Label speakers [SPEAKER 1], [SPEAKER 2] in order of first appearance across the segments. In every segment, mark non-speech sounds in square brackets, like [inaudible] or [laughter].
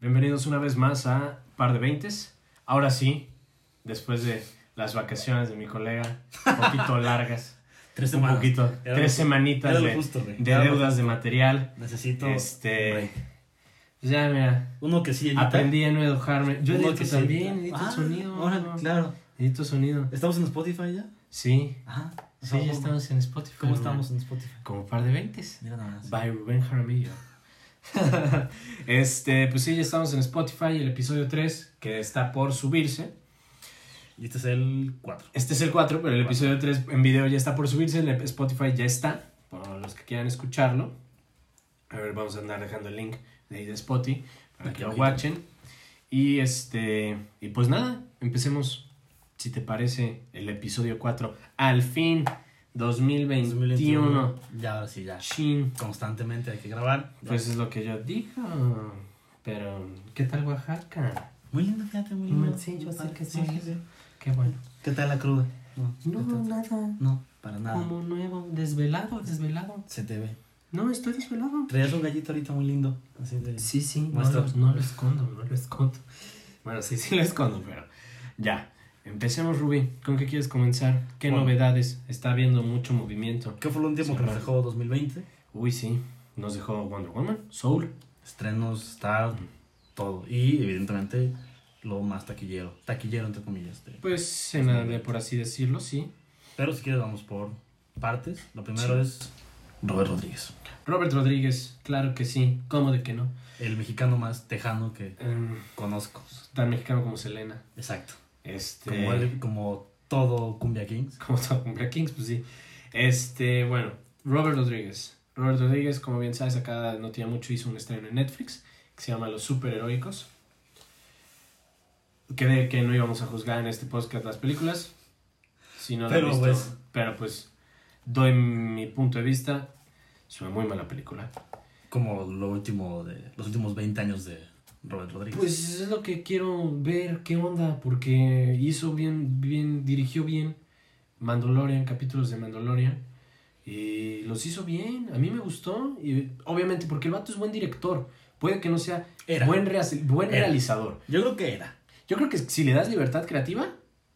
[SPEAKER 1] Bienvenidos una vez más a Par de Veintes. Ahora sí, después de las vacaciones de mi colega, un
[SPEAKER 2] [laughs]
[SPEAKER 1] poquito largas,
[SPEAKER 2] Tres
[SPEAKER 1] un
[SPEAKER 2] semanas.
[SPEAKER 1] poquito,
[SPEAKER 2] Era
[SPEAKER 1] tres
[SPEAKER 2] lo-
[SPEAKER 1] semanitas
[SPEAKER 2] era lo
[SPEAKER 1] de,
[SPEAKER 2] justo, güey.
[SPEAKER 1] de
[SPEAKER 2] Era lo
[SPEAKER 1] deudas de material.
[SPEAKER 2] Necesito
[SPEAKER 1] Este-
[SPEAKER 2] un break.
[SPEAKER 1] Pues ya, mira,
[SPEAKER 2] uno que sí edita.
[SPEAKER 1] aprendí a no enojarme. Yo
[SPEAKER 2] uno
[SPEAKER 1] edito
[SPEAKER 2] que sí
[SPEAKER 1] también, edito
[SPEAKER 2] edita. Ah,
[SPEAKER 1] sonido.
[SPEAKER 2] órale,
[SPEAKER 1] ¿no?
[SPEAKER 2] claro.
[SPEAKER 1] Edito sonido.
[SPEAKER 2] ¿Estamos en Spotify ya?
[SPEAKER 1] Sí,
[SPEAKER 2] Ajá.
[SPEAKER 1] sí, ya estamos en Spotify.
[SPEAKER 2] ¿Cómo
[SPEAKER 1] güey.
[SPEAKER 2] estamos en Spotify?
[SPEAKER 1] Como Par de Veintes.
[SPEAKER 2] Mira nada más.
[SPEAKER 1] By Rubén Jaramillo. [laughs] este, pues sí, ya estamos en Spotify, el episodio 3, que está por subirse.
[SPEAKER 2] Y este es el 4.
[SPEAKER 1] Este es el 4, pero el episodio 3 en video ya está por subirse, en Spotify ya está, para los que quieran escucharlo. A ver, vamos a andar dejando el link de ahí de Spotify para
[SPEAKER 2] Aquí
[SPEAKER 1] que lo
[SPEAKER 2] abajito.
[SPEAKER 1] watchen. Y este, y pues nada, empecemos, si te parece, el episodio 4. Al fin, 2021.
[SPEAKER 2] Ya, ahora sí, ya.
[SPEAKER 1] Chin.
[SPEAKER 2] Constantemente hay que grabar. Ya.
[SPEAKER 1] Pues es lo que yo dije. Pero, ¿qué tal Oaxaca?
[SPEAKER 2] muy lindo, fíjate, muy
[SPEAKER 1] Mm,
[SPEAKER 2] lindo.
[SPEAKER 1] sí, yo sé que
[SPEAKER 2] sí.
[SPEAKER 1] sí.
[SPEAKER 2] sí, sí.
[SPEAKER 1] Qué bueno.
[SPEAKER 2] ¿Qué tal la cruda? No, ¿qué tal?
[SPEAKER 1] nada.
[SPEAKER 2] no para nada.
[SPEAKER 1] nuevo, desvelado, desvelado.
[SPEAKER 2] Se te ve.
[SPEAKER 1] No, estoy desvelado.
[SPEAKER 2] Traías un gallito ahorita muy lindo. Así de.
[SPEAKER 1] Sí, sí, no
[SPEAKER 2] Muestra.
[SPEAKER 1] lo, no lo escondo, no lo escondo. Bueno, sí, sí lo escondo, pero ya. Empecemos, Rubí. ¿Con qué quieres comenzar? ¿Qué
[SPEAKER 2] Bueno.
[SPEAKER 1] novedades? Está habiendo mucho movimiento.
[SPEAKER 2] ¿Qué fue lo
[SPEAKER 1] Sí,
[SPEAKER 2] último que nos
[SPEAKER 1] claro.
[SPEAKER 2] dejó 2020?
[SPEAKER 1] Uy, sí. Nos dejó Wonder Woman, Soul.
[SPEAKER 2] Estrenos, Star, todo. Y evidentemente lo más taquillero. Taquillero, entre comillas. este.
[SPEAKER 1] Pues en la de, por así decirlo, sí.
[SPEAKER 2] Pero si quieres vamos por partes. Lo primero es Robert Rodríguez,
[SPEAKER 1] Robert Rodríguez, claro que sí. ¿Cómo de que no?
[SPEAKER 2] el mexicano más tejano que
[SPEAKER 1] Em,
[SPEAKER 2] conozco.
[SPEAKER 1] tan mexicano como Selena.
[SPEAKER 2] Exacto.
[SPEAKER 1] Este.
[SPEAKER 2] Como, él- como todo Cumbia Kings.
[SPEAKER 1] Como todo Cumbia Kings, pues sí. Este, bueno, Robert Rodríguez. Robert Rodríguez, como bien sabes, acá no tiene mucho, hizo un estreno en Netflix que se llama Los Superheroicos. Quedé que no íbamos a juzgar en este podcast las películas. Si no la
[SPEAKER 2] Pero,
[SPEAKER 1] has visto.
[SPEAKER 2] pues.
[SPEAKER 1] Pero pues, doy mi punto de vista. Es una muy mala película.
[SPEAKER 2] Como lo último de los últimos 20 años de Robert Rodríguez.
[SPEAKER 1] Pues es lo que quiero ver, qué onda, porque hizo bien, bien, dirigió bien Mandalorian, capítulos de Mandalorian, y los hizo bien, a mí me gustó, y obviamente porque el vato es buen director, puede que no sea
[SPEAKER 2] Era.
[SPEAKER 1] buen, reas- buen
[SPEAKER 2] Era.
[SPEAKER 1] realizador.
[SPEAKER 2] Yo creo que era.
[SPEAKER 1] Yo creo que si le das libertad creativa,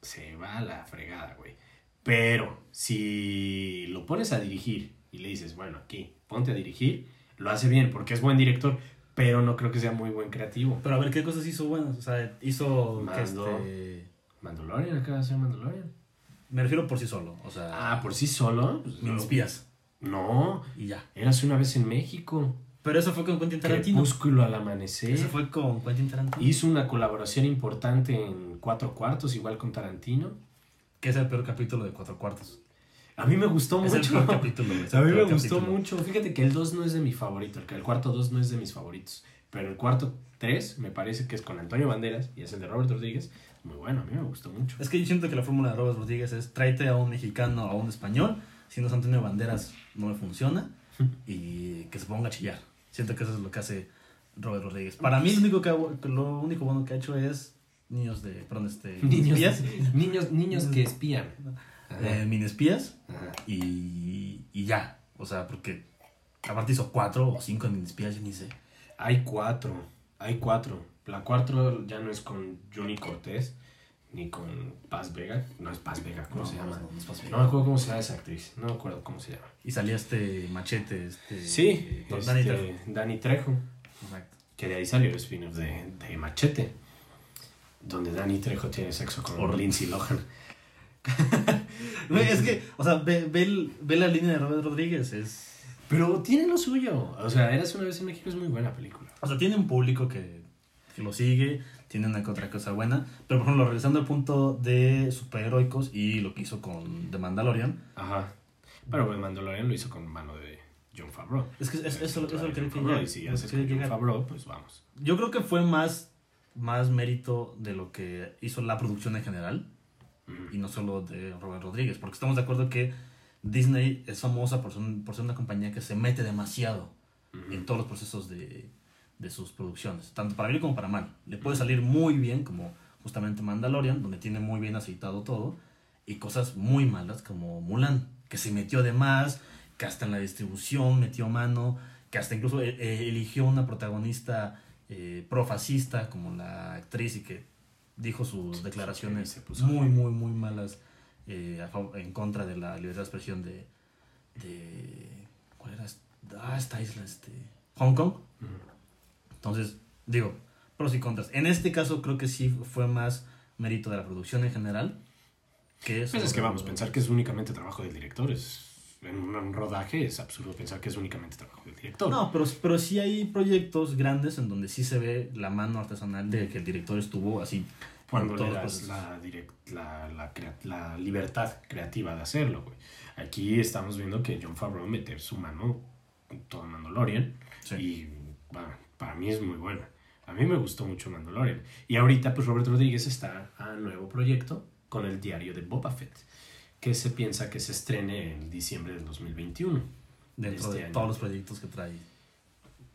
[SPEAKER 1] se va a la fregada, güey. Pero si lo pones a dirigir y le dices, bueno, aquí, ponte a dirigir, lo hace bien, porque es buen director, pero no creo que sea muy buen creativo.
[SPEAKER 2] Pero a ver qué cosas hizo buenas. O sea, hizo que
[SPEAKER 1] Mando.
[SPEAKER 2] este.
[SPEAKER 1] Mandalorian, acaba de ser Mandalorian.
[SPEAKER 2] Me refiero por sí solo. O sea,
[SPEAKER 1] Ah, por sí solo. Pues,
[SPEAKER 2] me
[SPEAKER 1] no.
[SPEAKER 2] inspiras.
[SPEAKER 1] No,
[SPEAKER 2] Y ya.
[SPEAKER 1] eras una vez en México.
[SPEAKER 2] Pero eso fue con Quentin Tarantino.
[SPEAKER 1] Crepúsculo al amanecer.
[SPEAKER 2] Eso fue con Quentin Tarantino.
[SPEAKER 1] Hizo una colaboración importante en Cuatro Cuartos, igual con Tarantino.
[SPEAKER 2] Que es el peor capítulo de Cuatro Cuartos.
[SPEAKER 1] A mí me gustó
[SPEAKER 2] Es el
[SPEAKER 1] mucho.
[SPEAKER 2] peor capítulo. güey, es el
[SPEAKER 1] A mí me
[SPEAKER 2] peor
[SPEAKER 1] gustó
[SPEAKER 2] capítulo.
[SPEAKER 1] mucho. Fíjate que el 2 no es de mi favorito, el que- el cuarto 2 no es de mis favoritos. Pero el cuarto 3 me parece que es con Antonio Banderas y es el de Robert Rodríguez. Muy bueno, a mí me gustó mucho.
[SPEAKER 2] Es que yo siento que la fórmula de Robert Rodríguez es tráete a un mexicano, a un español, si no es Antonio Banderas no me funciona y que se ponga a chillar. Siento que eso es lo que hace Robert Rodríguez. Para mí lo único, que hago- lo único bueno que ha hecho es niños de, perdón, este,
[SPEAKER 1] [laughs] Niños,
[SPEAKER 2] espías,
[SPEAKER 1] niños, niños que espían.
[SPEAKER 2] eh, minespías
[SPEAKER 1] Ajá.
[SPEAKER 2] y, y ya. O sea, porque aparte hizo cuatro o cinco minespías, yo ni sé.
[SPEAKER 1] Hay cuatro, hay cuatro. La cuatro ya no es con Johnny Cortés ni con Paz Vega. No es Paz Vega, ¿cómo
[SPEAKER 2] No,
[SPEAKER 1] se
[SPEAKER 2] no,
[SPEAKER 1] llama?
[SPEAKER 2] no, no es posible.
[SPEAKER 1] No me acuerdo cómo se llama esa actriz. No me acuerdo cómo se llama.
[SPEAKER 2] Y salía este machete, este...
[SPEAKER 1] Sí,
[SPEAKER 2] Don
[SPEAKER 1] este,
[SPEAKER 2] Dani
[SPEAKER 1] Dani
[SPEAKER 2] Trejo.
[SPEAKER 1] Trejo.
[SPEAKER 2] Exacto.
[SPEAKER 1] Que de ahí salió el spin-off de, de Machete. Donde Dani Trejo tiene sexo con
[SPEAKER 2] Por-
[SPEAKER 1] Lindsay Lohan.
[SPEAKER 2] [laughs] Güey, es que, o sea, ve, ve, el- ve la línea de Robert Rodríguez, es...
[SPEAKER 1] Pero tiene lo suyo. O sea, Eras una vez en México es muy buena película.
[SPEAKER 2] O sea, tiene un público que, que lo sigue, tiene una que otra cosa buena. Pero, por ejemplo, regresando al punto de superheroicos y lo que hizo con The Mandalorian,
[SPEAKER 1] Ajá. Pero bueno, Mandalorian lo hizo con mano de John Favreau.
[SPEAKER 2] es que es- eso, eso lo que
[SPEAKER 1] John
[SPEAKER 2] quería que
[SPEAKER 1] Favreau,
[SPEAKER 2] llegue-
[SPEAKER 1] Y si
[SPEAKER 2] lo que
[SPEAKER 1] haces
[SPEAKER 2] quería
[SPEAKER 1] con John
[SPEAKER 2] llegar.
[SPEAKER 1] Favreau, pues vamos.
[SPEAKER 2] Yo creo que fue más, más mérito de lo que hizo la producción en general
[SPEAKER 1] Ujú.
[SPEAKER 2] y no solo de Robert Rodríguez, porque estamos de acuerdo que Disney es famosa por ser, un- por ser una compañía que se mete demasiado en todos los procesos de, de sus producciones, tanto para bien como para mal. Le puede salir muy bien, como justamente Mandalorian, donde tiene muy bien aceitado todo, y cosas muy malas como Mulan, que se metió de más, que hasta en la distribución metió mano, que hasta incluso eh, eh, eligió una protagonista eh, profascista como la actriz y que dijo sus declaraciones
[SPEAKER 1] se puso-
[SPEAKER 2] muy, muy, muy malas eh, a fav- en contra de la libertad de expresión de... de- ¿Cuál era? est- Ah, esta isla, este... Hong Kong. Entonces, digo, pros y contras. En este caso creo que sí fue más mérito de la producción en general. Que
[SPEAKER 1] Pues es
[SPEAKER 2] sobre-
[SPEAKER 1] que vamos, pensar que es únicamente trabajo del director es... En un un rodaje es absurdo pensar que es únicamente trabajo del director.
[SPEAKER 2] No, pero, pero sí hay proyectos grandes en donde sí se ve la mano artesanal de que el director estuvo así. en
[SPEAKER 1] cuando
[SPEAKER 2] todos
[SPEAKER 1] le
[SPEAKER 2] los
[SPEAKER 1] das
[SPEAKER 2] procesos.
[SPEAKER 1] la, direct- la, la crea- la libertad creativa de hacerlo, güey. Aquí estamos viendo que John Favreau meter su mano en todo Mandalorian
[SPEAKER 2] Sí.
[SPEAKER 1] y va, para mí es muy buena. A mí me gustó mucho Mandalorian. Y ahorita, pues Robert Rodríguez está a nuevo proyecto con el diario de Boba Fett, que se piensa que se estrene en diciembre del 2021.
[SPEAKER 2] Dentro
[SPEAKER 1] este
[SPEAKER 2] de
[SPEAKER 1] año.
[SPEAKER 2] todos los proyectos que trae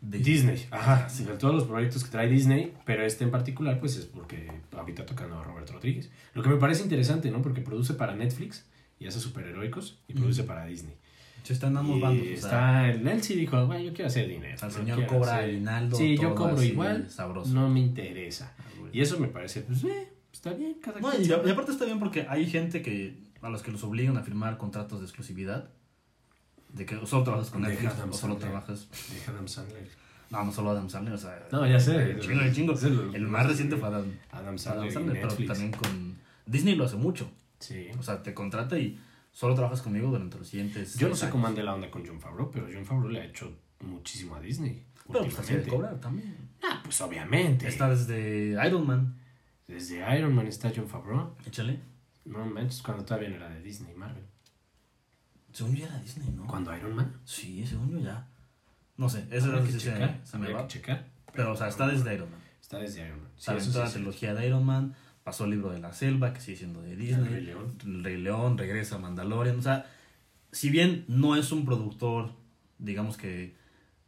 [SPEAKER 1] Disney, ajá, sí, de todos los proyectos que trae Disney, pero este en particular, pues es porque ahorita tocando a Robert Rodríguez. Lo que me parece interesante, ¿no? Porque produce para Netflix y hace superheroicos y produce para Disney.
[SPEAKER 2] Sí, están ambos
[SPEAKER 1] Y
[SPEAKER 2] bandos. o sea,
[SPEAKER 1] está, el él sí dijo, "Güey, yo quiero hacer dinero.
[SPEAKER 2] el
[SPEAKER 1] no
[SPEAKER 2] señor
[SPEAKER 1] quiero
[SPEAKER 2] cobra
[SPEAKER 1] hacer-
[SPEAKER 2] aguinaldo.
[SPEAKER 1] Sí, yo
[SPEAKER 2] todo
[SPEAKER 1] cobro
[SPEAKER 2] así,
[SPEAKER 1] igual,
[SPEAKER 2] Sabroso.
[SPEAKER 1] no me interesa.
[SPEAKER 2] Ah, güey.
[SPEAKER 1] Y eso me parece, pues, eh, está bien, cada
[SPEAKER 2] No,
[SPEAKER 1] quien
[SPEAKER 2] y,
[SPEAKER 1] sabe.
[SPEAKER 2] y aparte está bien porque hay gente que a los que los obligan a firmar contratos de exclusividad. De que solo trabajas con
[SPEAKER 1] De
[SPEAKER 2] Netflix,
[SPEAKER 1] Adam
[SPEAKER 2] o solo
[SPEAKER 1] Sandler.
[SPEAKER 2] trabajas.
[SPEAKER 1] De Adam Sandler.
[SPEAKER 2] No, no solo Adam Sandler, o sea.
[SPEAKER 1] No, ya sé.
[SPEAKER 2] Chingo, de chingo.
[SPEAKER 1] Es el-
[SPEAKER 2] El más reciente fue Adam,
[SPEAKER 1] Adam
[SPEAKER 2] Adam
[SPEAKER 1] Sandler, y
[SPEAKER 2] Sandler, pero
[SPEAKER 1] Netflix.
[SPEAKER 2] también con. Disney lo hace mucho.
[SPEAKER 1] Sí.
[SPEAKER 2] O sea, te contrata y solo trabajas conmigo durante los siguientes.
[SPEAKER 1] Yo no
[SPEAKER 2] seis
[SPEAKER 1] sé
[SPEAKER 2] años.
[SPEAKER 1] cómo ande la onda con John Favreau, pero John Favreau le ha hecho muchísimo a Disney.
[SPEAKER 2] Pero pues así de
[SPEAKER 1] últimamente.
[SPEAKER 2] cobrar también.
[SPEAKER 1] Ah, pues obviamente.
[SPEAKER 2] Esta desde Iron Man.
[SPEAKER 1] Desde Iron Man está John Favreau.
[SPEAKER 2] Échale.
[SPEAKER 1] No manches, cuando todavía no era de Disney, Marvel.
[SPEAKER 2] Según yo era Disney, ¿no?
[SPEAKER 1] ¿Cuándo Iron Man?
[SPEAKER 2] Sí, según yo ya. No sé, eso
[SPEAKER 1] Habría
[SPEAKER 2] era
[SPEAKER 1] que
[SPEAKER 2] sí se,
[SPEAKER 1] checar.
[SPEAKER 2] se me
[SPEAKER 1] habría
[SPEAKER 2] va.
[SPEAKER 1] que checar.
[SPEAKER 2] Pero, o sea, está desde Iron Man.
[SPEAKER 1] Está desde Iron Man.
[SPEAKER 2] Sale
[SPEAKER 1] eso
[SPEAKER 2] toda la
[SPEAKER 1] sí sé.
[SPEAKER 2] trilogía de Iron Man, pasó el libro de la selva, que sigue siendo de Disney.
[SPEAKER 1] El Rey León.
[SPEAKER 2] El Rey León, regresa a Mandalorian. O sea, si bien no es un productor, digamos que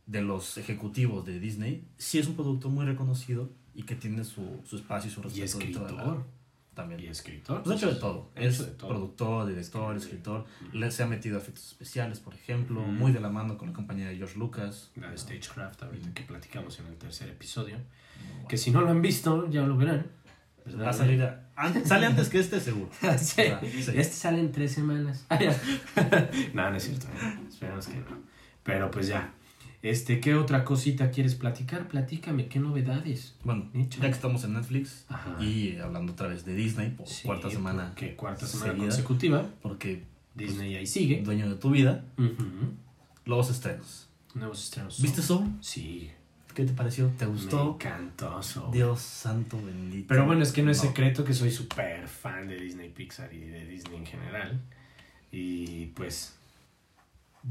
[SPEAKER 2] de los ejecutivos de Disney, sí es un productor muy reconocido y que tiene su, su espacio y su
[SPEAKER 1] Y
[SPEAKER 2] respeto. dentro de la-
[SPEAKER 1] escritor.
[SPEAKER 2] también.
[SPEAKER 1] Y escritor.
[SPEAKER 2] Pues ha hecho de todo.
[SPEAKER 1] Ha hecho
[SPEAKER 2] Es
[SPEAKER 1] de todo.
[SPEAKER 2] productor, director,
[SPEAKER 1] Sí.
[SPEAKER 2] escritor. Le se ha metido a efectos especiales, por ejemplo.
[SPEAKER 1] Ujú.
[SPEAKER 2] Muy de la mano con la compañía de George Lucas.
[SPEAKER 1] La de
[SPEAKER 2] ¿no?
[SPEAKER 1] Stagecraft, ahorita que platicamos en el tercer episodio.
[SPEAKER 2] Muy bueno.
[SPEAKER 1] Que si no lo han visto, ya lo verán.
[SPEAKER 2] Va a salir a- an- sale antes que este, seguro.
[SPEAKER 1] [laughs] Sí.
[SPEAKER 2] Ah, sí.
[SPEAKER 1] Este sale en tres semanas. [laughs] Ah, no, no es cierto. ¿eh? Esperemos que no. Pero pues ya. Este, ¿qué otra cosita quieres platicar? Platícame, ¿qué novedades?
[SPEAKER 2] Bueno,
[SPEAKER 1] Nicho.
[SPEAKER 2] ya que estamos en Netflix
[SPEAKER 1] Ajá.
[SPEAKER 2] y hablando otra vez de Disney por cuarta semana,
[SPEAKER 1] Que cuarta semana
[SPEAKER 2] seguida. Pues
[SPEAKER 1] consecutiva.
[SPEAKER 2] porque
[SPEAKER 1] Disney ahí sigue.
[SPEAKER 2] dueño de tu vida,
[SPEAKER 1] Ujú.
[SPEAKER 2] los estrenos.
[SPEAKER 1] Nuevos estrenos.
[SPEAKER 2] ¿Viste Soul?
[SPEAKER 1] Sí.
[SPEAKER 2] ¿Qué te pareció? ¿Te
[SPEAKER 1] Me
[SPEAKER 2] gustó?
[SPEAKER 1] encantó Soul.
[SPEAKER 2] Dios santo bendito.
[SPEAKER 1] Pero bueno, es que no es secreto que soy súper fan de Disney Pixar y de Disney en general. Y pues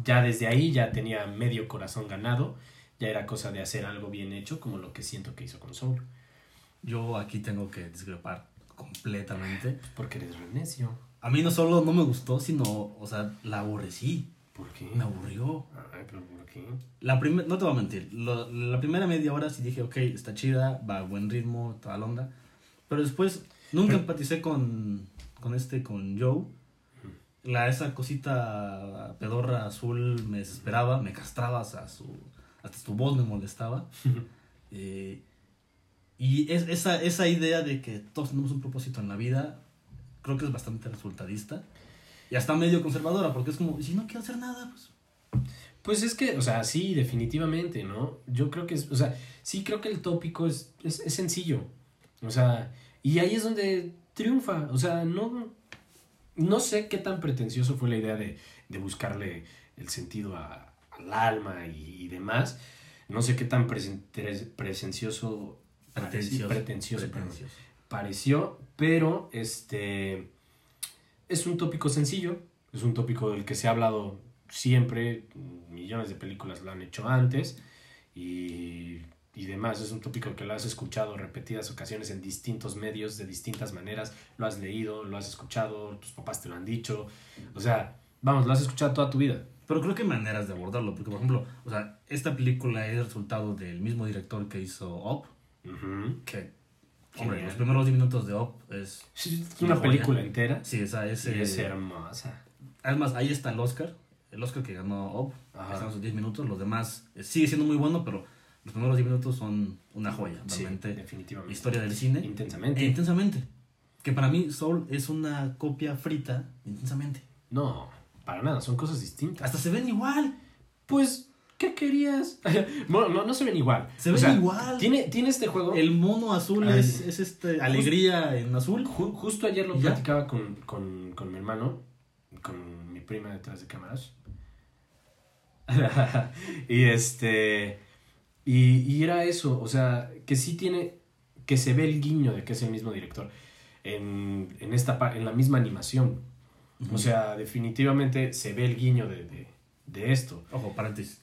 [SPEAKER 1] ya desde ahí ya tenía medio corazón ganado. Ya era cosa de hacer algo bien hecho, como lo que siento que hizo con Soul.
[SPEAKER 2] Yo aquí tengo que discrepar completamente.
[SPEAKER 1] Pues porque eres renecio.
[SPEAKER 2] A mí no solo no me gustó, sino, o sea, la aborrecí.
[SPEAKER 1] ¿Por qué?
[SPEAKER 2] Me aburrió.
[SPEAKER 1] Ay, pero ¿por qué?
[SPEAKER 2] La primer- no te voy a mentir, lo- la primera media hora sí dije, ok, está chida, va a buen ritmo, toda la onda. Pero después nunca
[SPEAKER 1] Pero-
[SPEAKER 2] empaticé con, con este, con Joe. La, esa cosita pedorra azul me desesperaba, me castraba, o sea, su, hasta su voz
[SPEAKER 1] [laughs]
[SPEAKER 2] me molestaba. Eh, y es- esa, esa idea de que todos tenemos un propósito en la vida, creo que es bastante resultadista. Y hasta medio conservadora, porque es como, si no quiero hacer nada, pues
[SPEAKER 1] Pues es que, o sea, sí, definitivamente, ¿no? Yo creo que es, o sea, sí creo que el tópico es, es, es sencillo. O sea, y ahí es donde triunfa. O sea, no, no sé qué tan pretencioso fue la idea de, de buscarle el sentido a- al alma y, y demás. No sé qué tan presen- tres- presencioso,
[SPEAKER 2] Pretencioso.
[SPEAKER 1] Ah, pretencioso, perdón,
[SPEAKER 2] pretencioso.
[SPEAKER 1] pareció, pero este es un tópico sencillo, es un tópico del que se ha hablado siempre, millones de películas lo han hecho antes y, y demás, es un tópico que lo has escuchado repetidas ocasiones en distintos medios, de distintas maneras, lo has leído, lo has escuchado, tus papás te lo han dicho, o sea, vamos, lo has escuchado toda tu vida.
[SPEAKER 2] Pero creo que hay maneras de abordarlo, porque por ejemplo, o sea, esta película es resultado del mismo director que hizo Up, que, hombre,
[SPEAKER 1] Genial.
[SPEAKER 2] los primeros 10 minutos de Up es...
[SPEAKER 1] Es una
[SPEAKER 2] Joya.
[SPEAKER 1] película entera,
[SPEAKER 2] Sí, esa es...
[SPEAKER 1] y es
[SPEAKER 2] eh,
[SPEAKER 1] hermosa.
[SPEAKER 2] además, ahí está el Oscar, el Oscar que ganó Up,
[SPEAKER 1] Ajá.
[SPEAKER 2] están sus 10 minutos, los demás eh, sigue siendo muy bueno, pero Los primeros 10 minutos son una joya,
[SPEAKER 1] Sí,
[SPEAKER 2] realmente.
[SPEAKER 1] definitivamente.
[SPEAKER 2] Historia del cine.
[SPEAKER 1] Intensamente.
[SPEAKER 2] E intensamente. Que para mí Soul es una copia frita de intensamente.
[SPEAKER 1] No, para nada, son cosas distintas.
[SPEAKER 2] Hasta se ven igual.
[SPEAKER 1] Pues, ¿qué querías? [laughs] bueno, no, no se ven igual.
[SPEAKER 2] Se ven igual.
[SPEAKER 1] Tiene, tiene este juego.
[SPEAKER 2] El mono azul
[SPEAKER 1] Ay.
[SPEAKER 2] es, es este alegría en azul.
[SPEAKER 1] Ju- justo ayer lo
[SPEAKER 2] ¿Ya?
[SPEAKER 1] platicaba con, con, con mi hermano, con mi prima detrás de cámaras. [laughs] y este. Y, y era eso, o sea, que sí tiene. que se ve el guiño de que es el mismo director en, en, esta, pa- en la misma animación. O sea, definitivamente se ve el guiño de, de, de esto.
[SPEAKER 2] Ojo, paréntesis.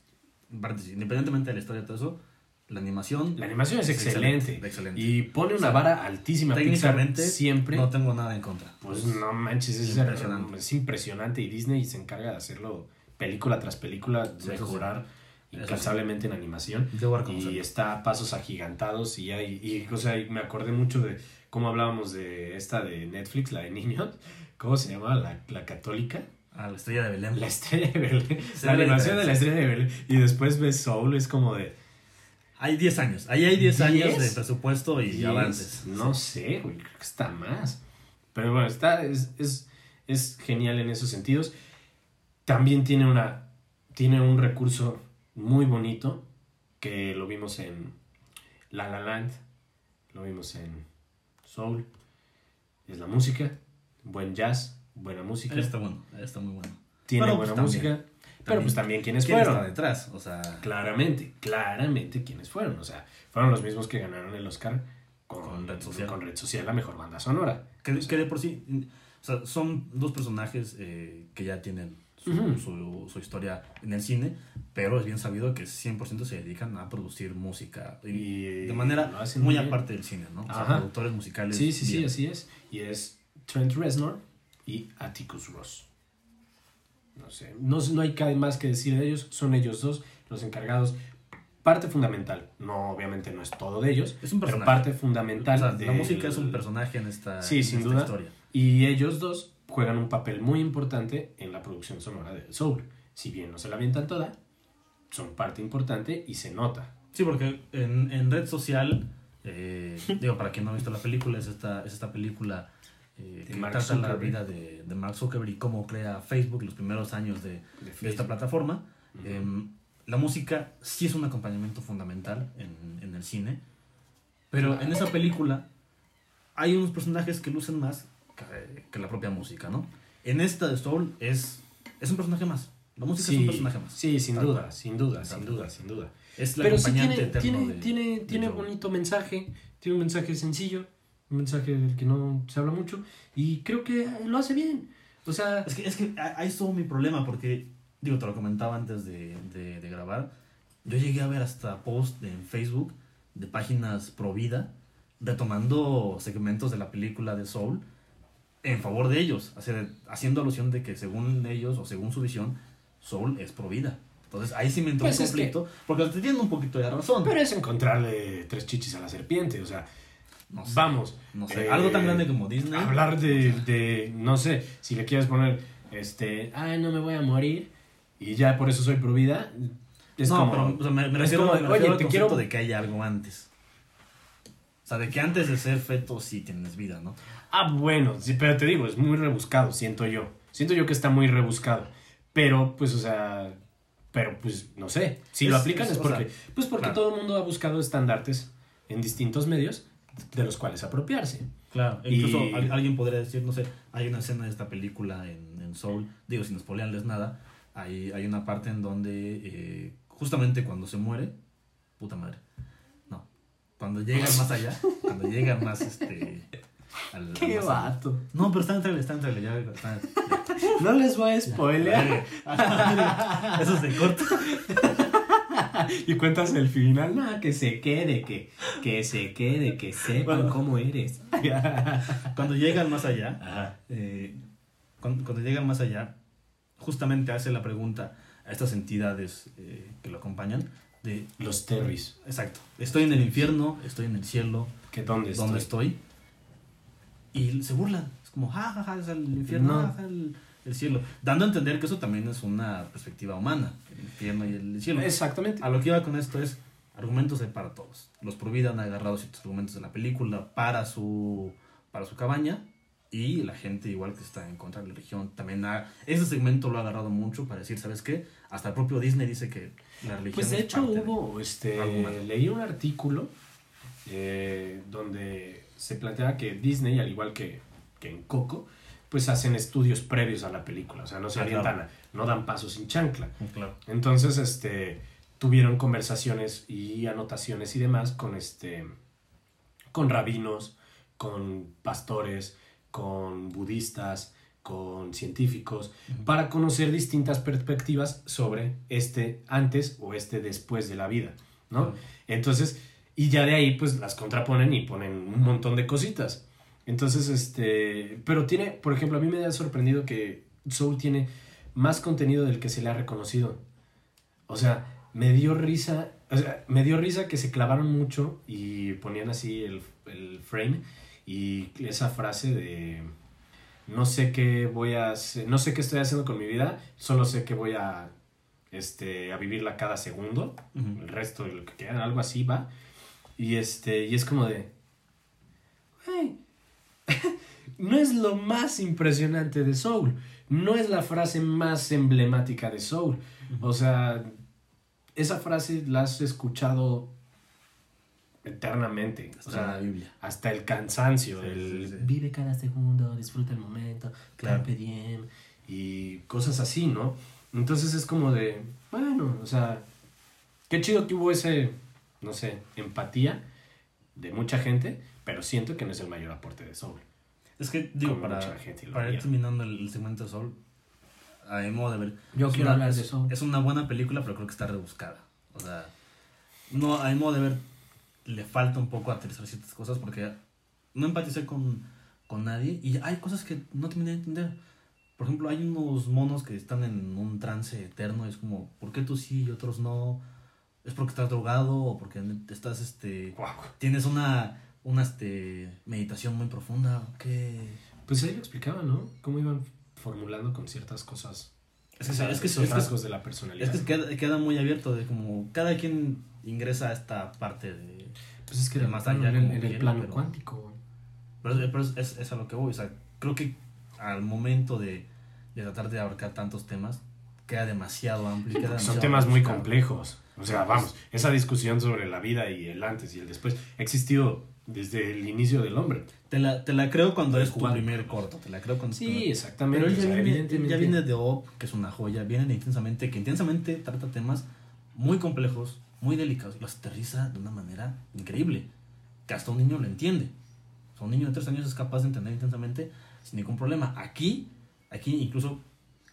[SPEAKER 2] paréntesis. Independientemente de la historia y todo eso, la animación
[SPEAKER 1] La animación es,
[SPEAKER 2] Es
[SPEAKER 1] excelente,
[SPEAKER 2] excelente, excelente.
[SPEAKER 1] Y pone una
[SPEAKER 2] O sea,
[SPEAKER 1] vara altísima. Pixar
[SPEAKER 2] técnicamente
[SPEAKER 1] siempre.
[SPEAKER 2] no tengo nada en contra.
[SPEAKER 1] Pues no manches, es impresionante.
[SPEAKER 2] Impresionante.
[SPEAKER 1] es impresionante y Disney se encarga de hacerlo película tras película,
[SPEAKER 2] Sí, eso
[SPEAKER 1] mejorar
[SPEAKER 2] sí.
[SPEAKER 1] incansablemente en animación.
[SPEAKER 2] Debo reconocer.
[SPEAKER 1] Y está a pasos agigantados y hay, y, o sea, y me acordé mucho de cómo hablábamos de esta de Netflix, la de niños, ¿cómo se llamaba? La, la católica.
[SPEAKER 2] A la estrella de Belén.
[SPEAKER 1] La estrella de Belén.
[SPEAKER 2] Sí,
[SPEAKER 1] La
[SPEAKER 2] la
[SPEAKER 1] animación de la
[SPEAKER 2] diferencia.
[SPEAKER 1] estrella de Belén. Y después ves Soul, es como de...
[SPEAKER 2] Hay 10 años. Ahí hay 10 años de
[SPEAKER 1] ¿Diez?
[SPEAKER 2] presupuesto y
[SPEAKER 1] Yes,
[SPEAKER 2] avances.
[SPEAKER 1] No sé, güey, creo que está más. Pero bueno, está, es, es, es genial en esos sentidos. También tiene, una, tiene un recurso muy bonito que lo vimos en La La Land, lo vimos en Soul. Es la música, buen jazz, buena música.
[SPEAKER 2] Está bueno, está muy bueno.
[SPEAKER 1] Tiene
[SPEAKER 2] Pero,
[SPEAKER 1] buena
[SPEAKER 2] pues,
[SPEAKER 1] música.
[SPEAKER 2] también.
[SPEAKER 1] Pero pues también quienes
[SPEAKER 2] ¿Quién
[SPEAKER 1] fueron.
[SPEAKER 2] está detrás? O sea,
[SPEAKER 1] Claramente, claramente quienes fueron. O sea, fueron los mismos que ganaron el Oscar con,
[SPEAKER 2] Con Red Social.
[SPEAKER 1] con Red Social, la mejor banda sonora.
[SPEAKER 2] que, que de por sí. O sea, son dos personajes eh, que ya tienen su,
[SPEAKER 1] Ujú.
[SPEAKER 2] su- su historia en el cine, pero es bien sabido que 100% se dedican a producir música. Y,
[SPEAKER 1] Y
[SPEAKER 2] de manera
[SPEAKER 1] lo hacen
[SPEAKER 2] muy
[SPEAKER 1] bien.
[SPEAKER 2] aparte del cine, ¿no? O sea,
[SPEAKER 1] Ajá.
[SPEAKER 2] productores musicales.
[SPEAKER 1] Sí, sí, sí,
[SPEAKER 2] bien.
[SPEAKER 1] así es. Y es Trent Reznor y Atticus Ross. No sé, no, no hay ca- más que decir de ellos, son ellos dos los encargados. Parte fundamental, no, obviamente no es todo de ellos,
[SPEAKER 2] Es un
[SPEAKER 1] pero
[SPEAKER 2] personaje.
[SPEAKER 1] parte
[SPEAKER 2] O
[SPEAKER 1] fundamental.
[SPEAKER 2] sea, la
[SPEAKER 1] del-
[SPEAKER 2] música es un personaje en esta,
[SPEAKER 1] Sí,
[SPEAKER 2] en
[SPEAKER 1] sin
[SPEAKER 2] esta
[SPEAKER 1] duda.
[SPEAKER 2] historia.
[SPEAKER 1] Y ellos dos juegan un papel muy importante en la producción sonora del Soul. Si bien no se la avientan toda, son parte importante y se nota.
[SPEAKER 2] Sí, porque en, en red social,
[SPEAKER 1] [laughs]
[SPEAKER 2] eh, digo, para quien no ha visto la película, es esta, es esta película eh,
[SPEAKER 1] De
[SPEAKER 2] que
[SPEAKER 1] Mark
[SPEAKER 2] trata la
[SPEAKER 1] Zuckerberg.
[SPEAKER 2] vida de, de Mark Zuckerberg y cómo crea Facebook los primeros años de,
[SPEAKER 1] De
[SPEAKER 2] de esta
[SPEAKER 1] Facebook.
[SPEAKER 2] plataforma.
[SPEAKER 1] Ujú.
[SPEAKER 2] Em, la música sí es un acompañamiento fundamental en, en el cine, pero en esa película hay unos personajes que lucen más que, que la propia música, ¿no? En esta de Soul es, es un personaje más. La música es un personaje más.
[SPEAKER 1] sí, sin
[SPEAKER 2] Tal
[SPEAKER 1] duda,
[SPEAKER 2] cual.
[SPEAKER 1] sin duda,
[SPEAKER 2] Tal
[SPEAKER 1] sin
[SPEAKER 2] cual.
[SPEAKER 1] duda, sin duda.
[SPEAKER 2] Es la
[SPEAKER 1] Pero sí
[SPEAKER 2] acompañante
[SPEAKER 1] tiene,
[SPEAKER 2] eterno
[SPEAKER 1] tiene,
[SPEAKER 2] de-
[SPEAKER 1] tiene,
[SPEAKER 2] de
[SPEAKER 1] tiene
[SPEAKER 2] Joel.
[SPEAKER 1] bonito mensaje, tiene un mensaje sencillo, un mensaje del que no se habla mucho y creo que lo hace bien. O sea,
[SPEAKER 2] Es que, es que a- ahí estuvo mi problema, porque, digo, te lo comentaba antes de, de- de grabar. Yo llegué a ver hasta post en Facebook de páginas pro vida, retomando segmentos de la película de Soul en favor de ellos, hacer- haciendo alusión de que según ellos o según su visión, Soul es pro vida. Entonces ahí sí me entró
[SPEAKER 1] Pues
[SPEAKER 2] un
[SPEAKER 1] es que-
[SPEAKER 2] conflicto, porque te tienen un poquito de razón.
[SPEAKER 1] pero es encontrarle tres chichis a la serpiente, o sea,
[SPEAKER 2] no sé,
[SPEAKER 1] vamos.
[SPEAKER 2] no sé,
[SPEAKER 1] eh,
[SPEAKER 2] algo tan grande como Disney.
[SPEAKER 1] hablar de, de, no sé, si le quieres poner, este, ay, no me voy a morir y ya por eso soy pro vida, es
[SPEAKER 2] no,
[SPEAKER 1] como,
[SPEAKER 2] pero o sea, me, me
[SPEAKER 1] es
[SPEAKER 2] refiero,
[SPEAKER 1] como,
[SPEAKER 2] me refiero
[SPEAKER 1] oye,
[SPEAKER 2] al
[SPEAKER 1] te
[SPEAKER 2] concepto
[SPEAKER 1] quiero-
[SPEAKER 2] de que hay algo antes. O sea, de que antes de ser feto sí tienes vida, ¿no?
[SPEAKER 1] ah, bueno, sí, pero te digo, es muy rebuscado, siento yo, siento yo que está muy rebuscado, pero pues, o sea, pero pues, no sé, si lo
[SPEAKER 2] Es-
[SPEAKER 1] aplican
[SPEAKER 2] es-
[SPEAKER 1] es
[SPEAKER 2] o
[SPEAKER 1] porque,
[SPEAKER 2] sea,
[SPEAKER 1] pues porque
[SPEAKER 2] claro.
[SPEAKER 1] todo el mundo ha buscado estandartes en distintos medios de los cuales apropiarse.
[SPEAKER 2] Claro,
[SPEAKER 1] Y-
[SPEAKER 2] incluso al- alguien podría decir, no sé, hay una escena de esta película en, en Soul, digo, sin spoilearles nada, hay, hay una parte en donde eh, justamente cuando se muere, puta madre, no, cuando llega más allá, cuando llega más este... al-
[SPEAKER 1] ¡Qué
[SPEAKER 2] más allá.
[SPEAKER 1] vato!
[SPEAKER 2] No, pero está en el trailer, está en el trailer, ya, está en-
[SPEAKER 1] [laughs] No les voy a spoilear.
[SPEAKER 2] [laughs] Eso se corta.
[SPEAKER 1] Y cuentas el final, no, que se quede, que, que se quede, que sepan
[SPEAKER 2] Bueno.
[SPEAKER 1] cómo [laughs] eres.
[SPEAKER 2] Cuando llegan más allá,
[SPEAKER 1] Ajá.
[SPEAKER 2] eh, cuando, cuando llegan más allá, justamente hace la pregunta a estas entidades eh, que lo acompañan de,
[SPEAKER 1] Los Terrys,
[SPEAKER 2] exacto, estoy en el infierno, estoy en el cielo,
[SPEAKER 1] que dónde estoy.
[SPEAKER 2] ¿dónde estoy? Y se burlan, es como, ja, ja, ja, es el infierno,
[SPEAKER 1] No.
[SPEAKER 2] ja, ja, el, el cielo, dando a entender que eso también es una perspectiva humana, el infierno y el cielo.
[SPEAKER 1] Exactamente.
[SPEAKER 2] A lo que iba con esto es, Argumentos hay para todos. Los pro vida han agarrado ciertos argumentos de la película para su, para su cabaña. Y la gente, igual que está en contra de la religión, también ha. Ese segmento lo ha agarrado mucho para decir, ¿sabes qué? Hasta el propio Disney dice que la religión.
[SPEAKER 1] Pues de
[SPEAKER 2] es
[SPEAKER 1] hecho
[SPEAKER 2] parte de-
[SPEAKER 1] hubo, este,
[SPEAKER 2] argumento.
[SPEAKER 1] leí un artículo eh, donde se planteaba que Disney, al igual que, que en Coco, pues hacen estudios previos a la película, o sea, no se
[SPEAKER 2] Ah,
[SPEAKER 1] orientan,
[SPEAKER 2] claro.
[SPEAKER 1] a- no dan pasos sin chancla.
[SPEAKER 2] Claro.
[SPEAKER 1] Entonces, este, tuvieron conversaciones y anotaciones y demás con este, con rabinos, con pastores, con budistas, con científicos, para conocer distintas perspectivas sobre este antes o este después de la vida, ¿no?
[SPEAKER 2] Claro.
[SPEAKER 1] Entonces, y ya de ahí, pues, las contraponen y ponen un montón de cositas. Entonces, este, pero tiene, por ejemplo, a mí me ha sorprendido que Soul tiene más contenido del que se le ha reconocido. O sea, me dio risa, o sea, me dio risa que se clavaron mucho y ponían así el, el frame y esa frase de no sé qué voy a hacer- no sé qué estoy haciendo con mi vida, solo sé que voy a este a vivirla cada segundo,
[SPEAKER 2] Ujú.
[SPEAKER 1] el resto de lo que queda, algo así va. Y este y es como de "Güey, [laughs] no es lo más impresionante de Soul, no es la frase más emblemática de Soul. O sea, esa frase la has escuchado eternamente.
[SPEAKER 2] Está
[SPEAKER 1] O
[SPEAKER 2] en la
[SPEAKER 1] sea,
[SPEAKER 2] Biblia.
[SPEAKER 1] hasta el cansancio.
[SPEAKER 2] Sí,
[SPEAKER 1] el
[SPEAKER 2] sí, sí.
[SPEAKER 1] Vive cada segundo, disfruta el momento,
[SPEAKER 2] Claro.
[SPEAKER 1] carpe diem", y cosas así, ¿no? Entonces es como de, bueno, o sea, qué chido que hubo ese, no sé, empatía de mucha gente, pero siento que no es el mayor aporte de Soul.
[SPEAKER 2] Es que, digo,
[SPEAKER 1] Como
[SPEAKER 2] para,
[SPEAKER 1] mucha gente lo
[SPEAKER 2] para ir
[SPEAKER 1] haría.
[SPEAKER 2] terminando el, el segmento de Sol, a mi modo de ver.
[SPEAKER 1] Yo
[SPEAKER 2] es
[SPEAKER 1] quiero
[SPEAKER 2] una-
[SPEAKER 1] hablar
[SPEAKER 2] es-
[SPEAKER 1] de Soul.
[SPEAKER 2] Es una buena película, pero creo que está rebuscada. O sea, no, a mi modo de ver, le falta un poco aterrizar ciertas cosas porque no empaticé con, con nadie y hay cosas que no terminé de entender. Por ejemplo, hay unos monos que están en un trance eterno y es como, ¿por qué tú sí y otros no? ¿Es porque estás drogado o porque estás, este,
[SPEAKER 1] Guau.
[SPEAKER 2] tienes una, una este, meditación muy profunda? ¿Qué?
[SPEAKER 1] Pues ahí lo explicaba, ¿no? Cómo iban formulando con ciertas cosas.
[SPEAKER 2] Es que,
[SPEAKER 1] O sea,
[SPEAKER 2] es que, es
[SPEAKER 1] esos
[SPEAKER 2] que-
[SPEAKER 1] rasgos de la
[SPEAKER 2] es
[SPEAKER 1] personalidad.
[SPEAKER 2] que queda, queda muy abierto de como cada quien ingresa a esta parte de...
[SPEAKER 1] pues es que
[SPEAKER 2] de
[SPEAKER 1] era
[SPEAKER 2] más
[SPEAKER 1] más
[SPEAKER 2] allá
[SPEAKER 1] allá en,
[SPEAKER 2] como
[SPEAKER 1] en
[SPEAKER 2] quiera,
[SPEAKER 1] el plano
[SPEAKER 2] pero-
[SPEAKER 1] cuántico. güey.
[SPEAKER 2] Pero, es- pero es, es- es a lo que voy, o sea, creo que al momento de, de tratar de abarcar tantos temas, queda demasiado amplio. y queda
[SPEAKER 1] Porque son
[SPEAKER 2] demasiado
[SPEAKER 1] temas muy
[SPEAKER 2] rebuscado.
[SPEAKER 1] complejos. O sea, vamos, esa discusión sobre la vida y el antes y el después ha existido desde el inicio del hombre.
[SPEAKER 2] Te la, te la creo cuando es tu
[SPEAKER 1] Jugando.
[SPEAKER 2] primer corto, te la creo cuando es tu primer-
[SPEAKER 1] exactamente.
[SPEAKER 2] Pero
[SPEAKER 1] o
[SPEAKER 2] él ya,
[SPEAKER 1] sea,
[SPEAKER 2] viene,
[SPEAKER 1] evidentemente.
[SPEAKER 2] ya viene de OP, que es una joya, viene de intensamente, que intensamente trata temas muy complejos, muy delicados, y los aterriza de una manera increíble, que hasta un niño lo entiende. O sea, un niño de tres años es capaz de entender intensamente sin ningún problema. Aquí, aquí incluso,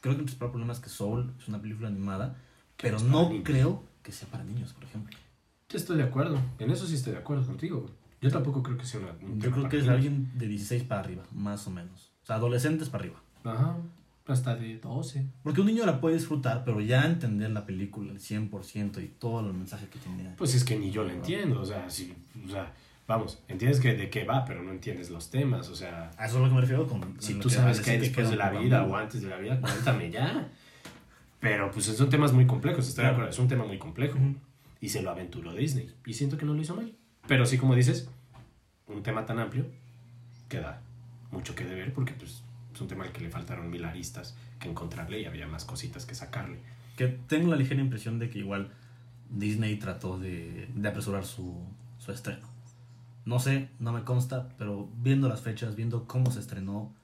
[SPEAKER 2] creo que el principal problema es que Soul es una película animada, pero
[SPEAKER 1] es para
[SPEAKER 2] no
[SPEAKER 1] niños.
[SPEAKER 2] creo que sea para niños, por ejemplo.
[SPEAKER 1] Yo estoy de acuerdo. En eso sí estoy de acuerdo contigo. güey. Yo tampoco creo que sea una. un
[SPEAKER 2] Yo
[SPEAKER 1] tema
[SPEAKER 2] creo que es
[SPEAKER 1] para
[SPEAKER 2] alguien de 16 para arriba, más o menos. O sea, adolescentes para arriba.
[SPEAKER 1] Ajá. Hasta de 12.
[SPEAKER 2] Porque un niño la puede disfrutar, pero ya entender la película al 100% y todo el mensaje que tiene.
[SPEAKER 1] Pues es que ni yo lo entiendo. O sea, sí. O sea, vamos, entiendes que de qué va, pero no entiendes los temas. O sea,
[SPEAKER 2] a eso es lo que me refiero con...
[SPEAKER 1] Si
[SPEAKER 2] lo
[SPEAKER 1] tú
[SPEAKER 2] que
[SPEAKER 1] sabes
[SPEAKER 2] decir
[SPEAKER 1] qué hay
[SPEAKER 2] que
[SPEAKER 1] después de
[SPEAKER 2] queda
[SPEAKER 1] la
[SPEAKER 2] un
[SPEAKER 1] vida
[SPEAKER 2] programa.
[SPEAKER 1] o antes de la vida, cuéntame ya. Pero pues son temas muy complejos, estoy de acuerdo, es un tema muy complejo.
[SPEAKER 2] Ujú.
[SPEAKER 1] Y se lo aventuró Disney. Y siento que no lo hizo mal. Pero sí, como dices, un tema tan amplio queda mucho que deber porque pues es un tema al que le faltaron mil aristas que encontrarle y había más cositas que sacarle.
[SPEAKER 2] Que tengo la ligera impresión de que igual Disney trató de, de apresurar su, su estreno. No sé, no me consta, pero viendo las fechas, viendo cómo se estrenó,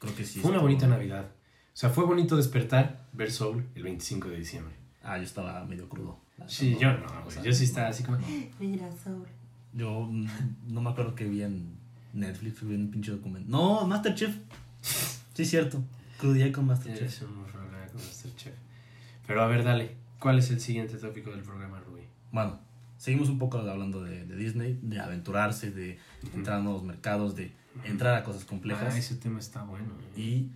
[SPEAKER 2] creo que sí.
[SPEAKER 1] Fue una
[SPEAKER 2] estuvo-
[SPEAKER 1] bonita Navidad. O sea, fue bonito despertar, ver Soul el 25 de diciembre.
[SPEAKER 2] Ah, yo estaba medio crudo.
[SPEAKER 1] Sí, yo no,
[SPEAKER 2] O
[SPEAKER 1] güey,
[SPEAKER 2] sea,
[SPEAKER 1] yo sí estaba así como...
[SPEAKER 3] Mira, sobre.
[SPEAKER 2] Yo mm, no me acuerdo que vi en Netflix, vi un pinche documento. No, Masterchef. Eh, Sí, cierto. Crudía con Masterchef.
[SPEAKER 1] Eres un programa con Masterchef. Pero a ver, dale. ¿Cuál es el siguiente tópico del programa, Rubí?
[SPEAKER 2] Bueno, seguimos un poco hablando de, de Disney, de aventurarse, de entrar a nuevos mercados, de entrar a cosas
[SPEAKER 1] Ah,
[SPEAKER 2] complejas.
[SPEAKER 1] ese tema está bueno. ¿eh?
[SPEAKER 2] Y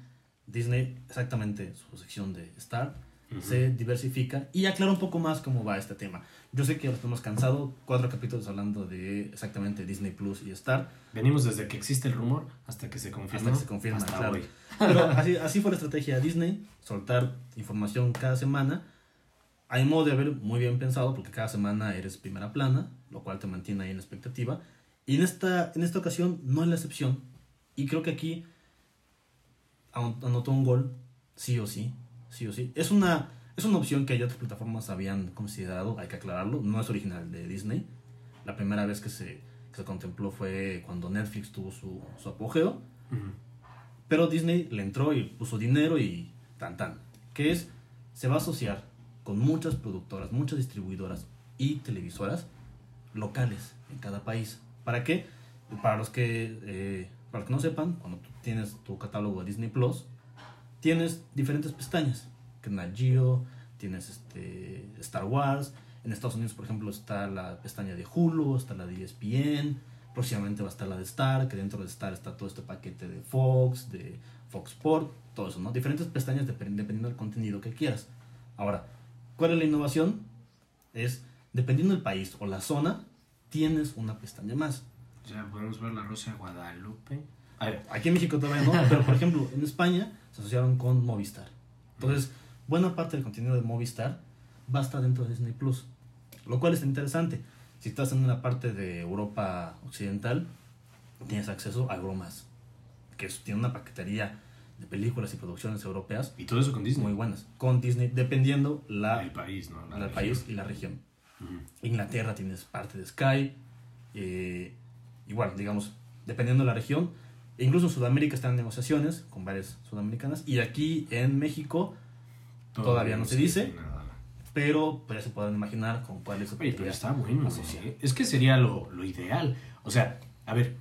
[SPEAKER 2] Disney, exactamente su sección de Star, se diversifica y aclara un poco más cómo va este tema. Yo sé que ya lo hemos cansado, cuatro capítulos hablando de exactamente Disney Plus y Star,
[SPEAKER 1] Venimos desde que existe el rumor hasta que se confirma.
[SPEAKER 2] hasta que se confirma,
[SPEAKER 1] hasta
[SPEAKER 2] claro.
[SPEAKER 1] hoy.
[SPEAKER 2] Pero así, así fue la estrategia de Disney, soltar información cada semana hay modo de haber muy bien pensado porque cada semana eres primera plana, lo cual te mantiene ahí en expectativa. Y en esta, en esta ocasión no es la excepción. Y creo que aquí an- anotó un gol, sí o sí, sí o sí. Es una, es una opción que ya otras plataformas habían considerado, hay que aclararlo, no es original de Disney. La primera vez que se, que se contempló fue cuando Netflix tuvo su, su apogeo.
[SPEAKER 1] Ujú.
[SPEAKER 2] Pero Disney le entró y puso dinero y tan tan. Que es, se va a asociar con muchas productoras, muchas distribuidoras y televisoras locales en cada país. ¿Para qué? Para los que, eh, para los que no sepan, cuando tú tienes tu catálogo de Disney Plus, tienes diferentes pestañas. Que Nat Geo, tienes este, Star Wars. En Estados Unidos, por ejemplo, está la pestaña de Hulu, está la de E ESPN. Próximamente va a estar la de Star, que dentro de Star está todo este paquete de Fox, de Fox Sport, todo eso, ¿no? Diferentes pestañas depend- dependiendo del contenido que quieras. Ahora, ¿cuál es la innovación? Es, dependiendo del país o la zona, tienes una pestaña más.
[SPEAKER 1] Ya podemos ver la Rosa de Guadalupe. A ver,
[SPEAKER 2] Aquí en México todavía no, pero por ejemplo, en España se asociaron con Movistar. Entonces, buena parte del contenido de Movistar va a estar dentro de Disney Plus, lo cual es interesante. Si estás en una parte de Europa Occidental, tienes acceso a Euromas, que es- tiene una paquetería de películas y producciones europeas
[SPEAKER 1] y todo eso con Disney.
[SPEAKER 2] muy buenas, con Disney, dependiendo la,
[SPEAKER 1] el país, ¿no?
[SPEAKER 2] el país y la región.
[SPEAKER 1] Ujú.
[SPEAKER 2] Inglaterra tienes parte de Sky. eh, igual, digamos, dependiendo de la región. E Incluso en Sudamérica están en negociaciones con varias sudamericanas. Y aquí en México, Todavía no se dice.
[SPEAKER 1] nada.
[SPEAKER 2] pero pues, ya se podrán imaginar con cuál es
[SPEAKER 1] Oye, pero
[SPEAKER 2] podría-
[SPEAKER 1] está bueno.
[SPEAKER 2] Así
[SPEAKER 1] güey.
[SPEAKER 2] sí.
[SPEAKER 1] Es que sería lo, lo ideal. O sea, a ver,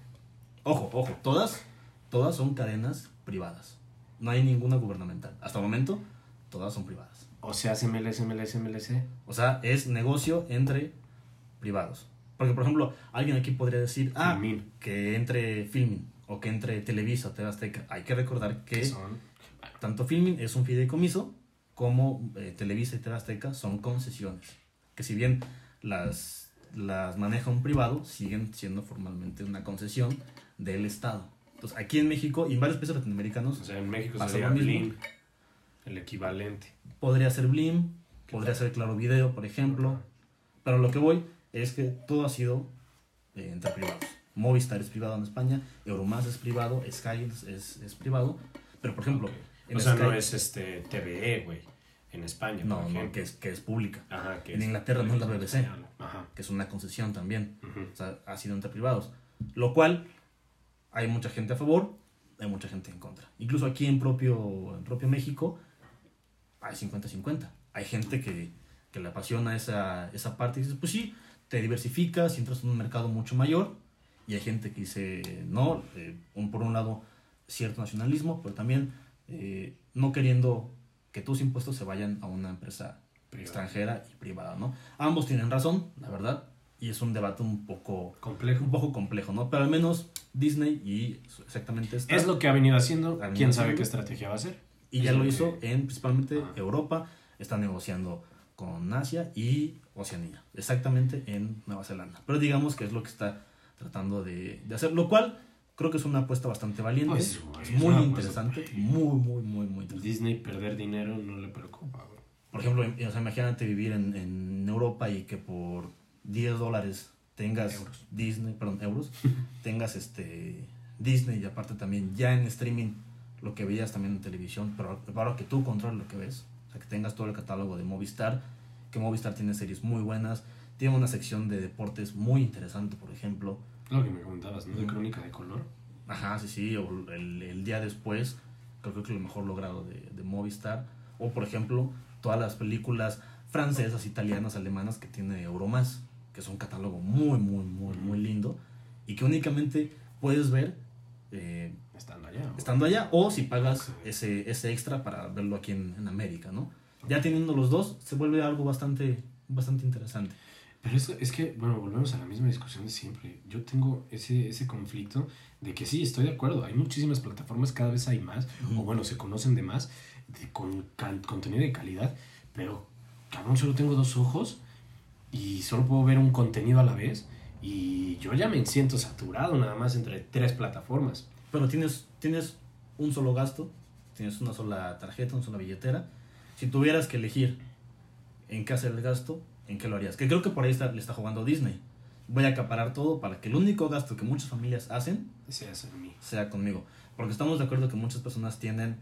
[SPEAKER 2] Ojo, ojo, todas, todas son cadenas privadas. No hay ninguna gubernamental. Hasta el momento, todas son privadas.
[SPEAKER 1] o sea, CMLC, MLC, MLC.
[SPEAKER 2] O sea, es negocio entre privados. Porque, por ejemplo, alguien aquí podría decir, ah,
[SPEAKER 1] Filmin.
[SPEAKER 2] que entre Filmin o que entre Televisa o TV Azteca. Hay que recordar que
[SPEAKER 1] que son?
[SPEAKER 2] Tanto Filmin es un fideicomiso como eh, Televisa y TV Azteca son concesiones. Que si bien las, las maneja un privado, siguen siendo formalmente una concesión del Estado. Entonces, aquí en México y en varios países latinoamericanos
[SPEAKER 1] O sea, en México
[SPEAKER 2] Pasa
[SPEAKER 1] sería
[SPEAKER 2] lo mismo.
[SPEAKER 1] Blin, el equivalente.
[SPEAKER 2] podría ser Blim, podría ser Claro Video, por ejemplo. Pero lo que voy es que todo ha sido eh, entre privados. Movistar es privado en España, Euromás es privado, Sky es, es- es privado. Pero, por ejemplo, en
[SPEAKER 1] O sea, no
[SPEAKER 2] Sky-
[SPEAKER 1] es este TVE, güey. En España,
[SPEAKER 2] No,
[SPEAKER 1] por
[SPEAKER 2] no,
[SPEAKER 1] ejemplo.
[SPEAKER 2] que es, que es pública.
[SPEAKER 1] Ajá, que
[SPEAKER 2] en eh.
[SPEAKER 1] es-
[SPEAKER 2] Inglaterra no es la BBC.
[SPEAKER 1] Ajá.
[SPEAKER 2] que es una concesión también.
[SPEAKER 1] ujú.
[SPEAKER 2] O sea, ha sido entre privados. Lo cual hay mucha gente a favor, hay mucha gente en contra. Incluso aquí en propio, en propio México hay 50-50. Hay gente que, que le apasiona esa, esa parte y dices, pues sí, te diversificas y entras en un mercado mucho mayor. Y hay gente que dice, no, eh, un- por un lado cierto nacionalismo, pero también eh, no queriendo que tus impuestos se vayan a una empresa
[SPEAKER 1] Privado.
[SPEAKER 2] extranjera y privada, ¿no? Ambos tienen razón, la verdad, y es un debate un poco,
[SPEAKER 1] Complejo.
[SPEAKER 2] un poco complejo, ¿no? Pero al menos Disney y su- exactamente esta,
[SPEAKER 1] Es lo que ha venido haciendo.
[SPEAKER 2] También
[SPEAKER 1] ¿Quién
[SPEAKER 2] lo
[SPEAKER 1] sabe
[SPEAKER 2] haciendo.
[SPEAKER 1] qué estrategia va a ser?
[SPEAKER 2] y ya
[SPEAKER 1] es
[SPEAKER 2] lo
[SPEAKER 1] lo
[SPEAKER 2] hizo en principalmente
[SPEAKER 1] Ajá.
[SPEAKER 2] Europa, está negociando con Asia y Oceanía, exactamente en Nueva Zelanda. Pero digamos que es lo que está tratando de, de hacer, lo cual creo que es una apuesta bastante valiente,
[SPEAKER 1] Pues, güey,
[SPEAKER 2] es
[SPEAKER 1] es
[SPEAKER 2] muy
[SPEAKER 1] una apuesta,
[SPEAKER 2] interesante,
[SPEAKER 1] güey.
[SPEAKER 2] muy, muy, muy, muy interesante.
[SPEAKER 1] Disney perder dinero no le preocupa, güey.
[SPEAKER 2] Por ejemplo, im- o sea, imagínate vivir en, en Europa y que por 10 dólares tengas
[SPEAKER 1] Euros.
[SPEAKER 2] Disney, perdón, euros, [laughs] tengas este Disney y aparte también ya en streaming lo que veías también en televisión, pero ahora que tú controles lo que ves, o sea, que tengas todo el catálogo de Movistar, que Movistar tiene series muy buenas, tiene una sección de deportes muy interesante, por ejemplo,
[SPEAKER 1] Lo que me comentabas, ¿no? De
[SPEAKER 2] Ujú.
[SPEAKER 1] crónica de color.
[SPEAKER 2] Ajá, sí, sí, o el, el día después, creo que lo mejor logrado de, de Movistar. O, por ejemplo, todas las películas francesas, italianas, alemanas que tiene Euromas, que es un catálogo muy, muy, muy, muy lindo y que únicamente puedes ver eh,
[SPEAKER 1] Estando allá. güey.
[SPEAKER 2] estando allá o si pagas ese, ese extra para verlo aquí en, en América, ¿no? Ya teniendo los dos, se vuelve algo bastante, bastante interesante.
[SPEAKER 1] Pero es, es que, bueno, volvemos a la misma discusión de siempre. Yo tengo ese, ese conflicto de que sí, estoy de acuerdo. Hay muchísimas plataformas, cada vez hay más,
[SPEAKER 2] Ujú.
[SPEAKER 1] o bueno, se conocen de más, de, con can- contenido de calidad. Pero, cabrón, solo tengo dos ojos y solo puedo ver un contenido a la vez. Y yo ya me siento saturado nada más entre tres plataformas.
[SPEAKER 2] Pero tienes, tienes un solo gasto, tienes una sola tarjeta, una sola billetera. Si tuvieras que elegir en qué hacer el gasto, en qué lo harías. Que creo que por ahí está, le está jugando Disney. Voy a acaparar todo para que el único gasto que muchas familias hacen
[SPEAKER 1] Se hace en mí.
[SPEAKER 2] sea conmigo. Porque estamos de acuerdo que muchas personas tienen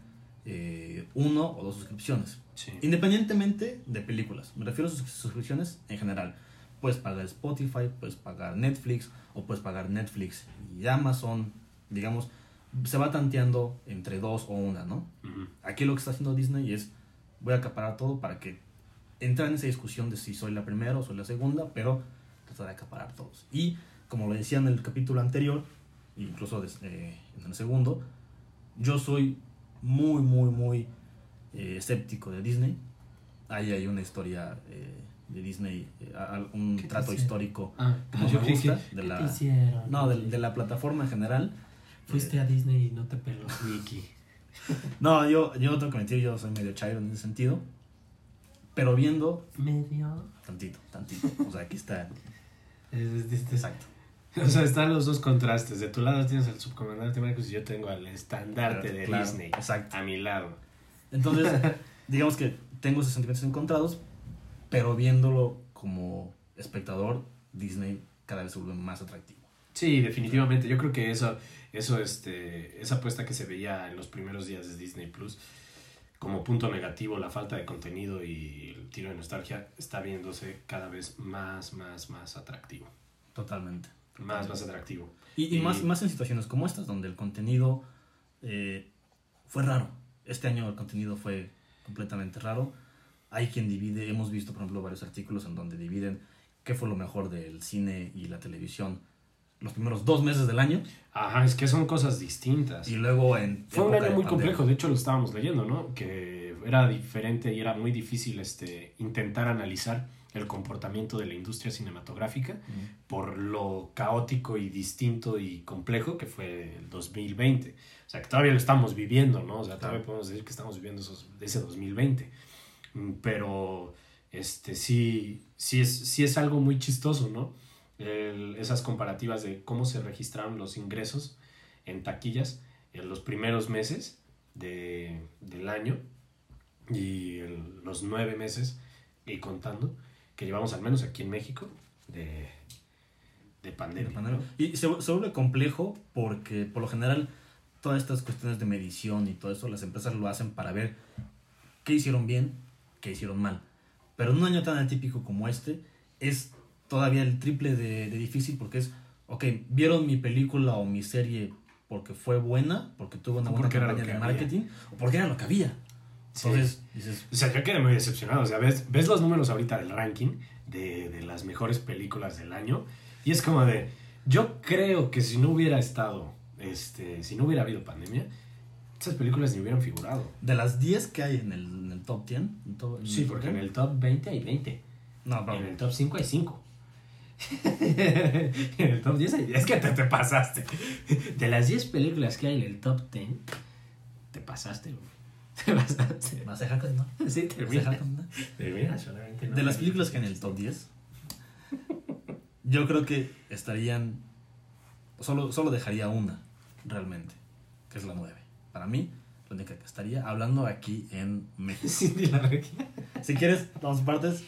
[SPEAKER 2] eh, uno o dos suscripciones.
[SPEAKER 1] Sí.
[SPEAKER 2] Independientemente de películas. Me refiero a sus suscripciones en general. Puedes pagar Spotify, puedes pagar Netflix o puedes pagar Netflix y Amazon. Digamos, se va tanteando entre dos o una, ¿no?
[SPEAKER 1] Ujú.
[SPEAKER 2] Aquí lo que está haciendo Disney es voy a acaparar todo para que entrar en esa discusión de si soy la primera o soy la segunda, pero tratar de acaparar todos. Y como lo decía en el capítulo anterior, incluso des- eh, en el segundo, yo soy muy, muy, muy eh, escéptico de Disney. Ahí hay una historia eh, de Disney, eh, a- a- un
[SPEAKER 3] ¿Qué te
[SPEAKER 2] trato
[SPEAKER 3] hice?
[SPEAKER 2] histórico
[SPEAKER 1] Ah,
[SPEAKER 2] que no
[SPEAKER 1] yo
[SPEAKER 2] me
[SPEAKER 1] creí que-
[SPEAKER 2] gusta de
[SPEAKER 3] ¿Qué
[SPEAKER 2] la,
[SPEAKER 3] te hicieron?
[SPEAKER 2] Ah. no, de, de la plataforma en general.
[SPEAKER 3] Fuiste a Disney y no te peló.
[SPEAKER 2] [laughs]
[SPEAKER 1] Mickey.
[SPEAKER 2] No, yo, yo tengo que mentir, yo soy medio chairo en ese sentido. Pero viendo
[SPEAKER 3] Medio.
[SPEAKER 2] Tantito, tantito. O sea, aquí está.
[SPEAKER 1] Es- es- es- es-
[SPEAKER 2] Exacto.
[SPEAKER 1] [laughs] O sea, están los dos contrastes. De tu lado tienes al subcomandante Marcos y yo tengo al estandarte de
[SPEAKER 2] Claro,
[SPEAKER 1] Disney. Ah.
[SPEAKER 2] Exacto.
[SPEAKER 1] A mi lado.
[SPEAKER 2] Entonces,
[SPEAKER 1] [laughs]
[SPEAKER 2] digamos que tengo esos sentimientos encontrados, pero viéndolo como espectador, Disney cada vez se vuelve más atractivo.
[SPEAKER 1] Sí, definitivamente. Yo creo que eso, eso, este, esa apuesta que se veía en los primeros días de Disney Plus, como punto negativo, la falta de contenido y el tiro de nostalgia, está viéndose cada vez más, más, más atractivo.
[SPEAKER 2] Totalmente.
[SPEAKER 1] Más, más atractivo.
[SPEAKER 2] Y, y
[SPEAKER 1] Y-
[SPEAKER 2] más, más en situaciones como estas, donde el contenido eh, fue raro. Este año el contenido fue completamente raro. Hay quien divide, hemos visto por ejemplo varios artículos en donde dividen qué fue lo mejor del cine y la televisión los primeros dos meses del año
[SPEAKER 1] Ajá, es que son cosas distintas.
[SPEAKER 2] y luego en...
[SPEAKER 1] Fue un año
[SPEAKER 2] época de
[SPEAKER 1] muy
[SPEAKER 2] pandemia.
[SPEAKER 1] complejo, de hecho lo estábamos leyendo, ¿no? Que era diferente y era muy difícil este, intentar analizar el comportamiento de la industria cinematográfica
[SPEAKER 2] Ujú.
[SPEAKER 1] por lo caótico y distinto y complejo que fue el 2020. O sea, que todavía lo estamos viviendo, ¿no? O sea, todavía podemos decir que estamos viviendo esos, ese 2020. Mm, Pero este, sí, sí, es, sí es algo muy chistoso, ¿no? El- esas comparativas de cómo se registraron los ingresos en taquillas en los primeros meses de, del año y en los nueve meses y contando que llevamos al menos aquí en México de, de pandemia.
[SPEAKER 2] De pandemia. Y se, se vuelve complejo porque por lo general todas estas cuestiones de medición y todo eso, las empresas lo hacen para ver qué hicieron bien, qué hicieron mal. Pero en un año tan atípico como este es todavía el triple de, de difícil porque es, ok, vieron mi película o mi serie porque fue buena, porque tuvo una
[SPEAKER 1] O
[SPEAKER 2] buena
[SPEAKER 1] porque era lo
[SPEAKER 2] campaña de
[SPEAKER 1] que había.
[SPEAKER 2] marketing, o porque era lo que había.
[SPEAKER 1] Sí.
[SPEAKER 2] Entonces dices,
[SPEAKER 1] O sea, yo quedé muy decepcionado. O sea, ves, ves los números ahorita del ranking de, de las mejores películas del año y es como de, yo creo que si no hubiera estado, este, si no hubiera habido pandemia, esas películas ni hubieran figurado.
[SPEAKER 2] de las 10 que hay en el, en el top 10, en todo- en
[SPEAKER 1] Sí,
[SPEAKER 2] el
[SPEAKER 1] porque
[SPEAKER 2] top
[SPEAKER 1] en el top 20 hay 20.
[SPEAKER 2] 10, no,
[SPEAKER 1] En
[SPEAKER 2] perdón,
[SPEAKER 1] el top 5 hay 5. [laughs] en el top 10 hay... Es que te, te pasaste. De las 10 películas que hay en el top 10, te pasaste, güey. [laughs] Te pasaste.
[SPEAKER 2] ¿vas a dejar
[SPEAKER 1] [laughs]
[SPEAKER 2] continuar?
[SPEAKER 1] Sí,
[SPEAKER 2] ¿Vas a dejar
[SPEAKER 1] termina.
[SPEAKER 2] continuar?
[SPEAKER 1] Termina solamente.
[SPEAKER 2] De las películas que en el top 10, yo creo que estarían. Solo, solo dejaría una, realmente, que es la 9. Para mí, la única que estaría hablando aquí en
[SPEAKER 1] [laughs]
[SPEAKER 2] México.
[SPEAKER 1] Cindy la Regia.
[SPEAKER 2] Si quieres, dos partes,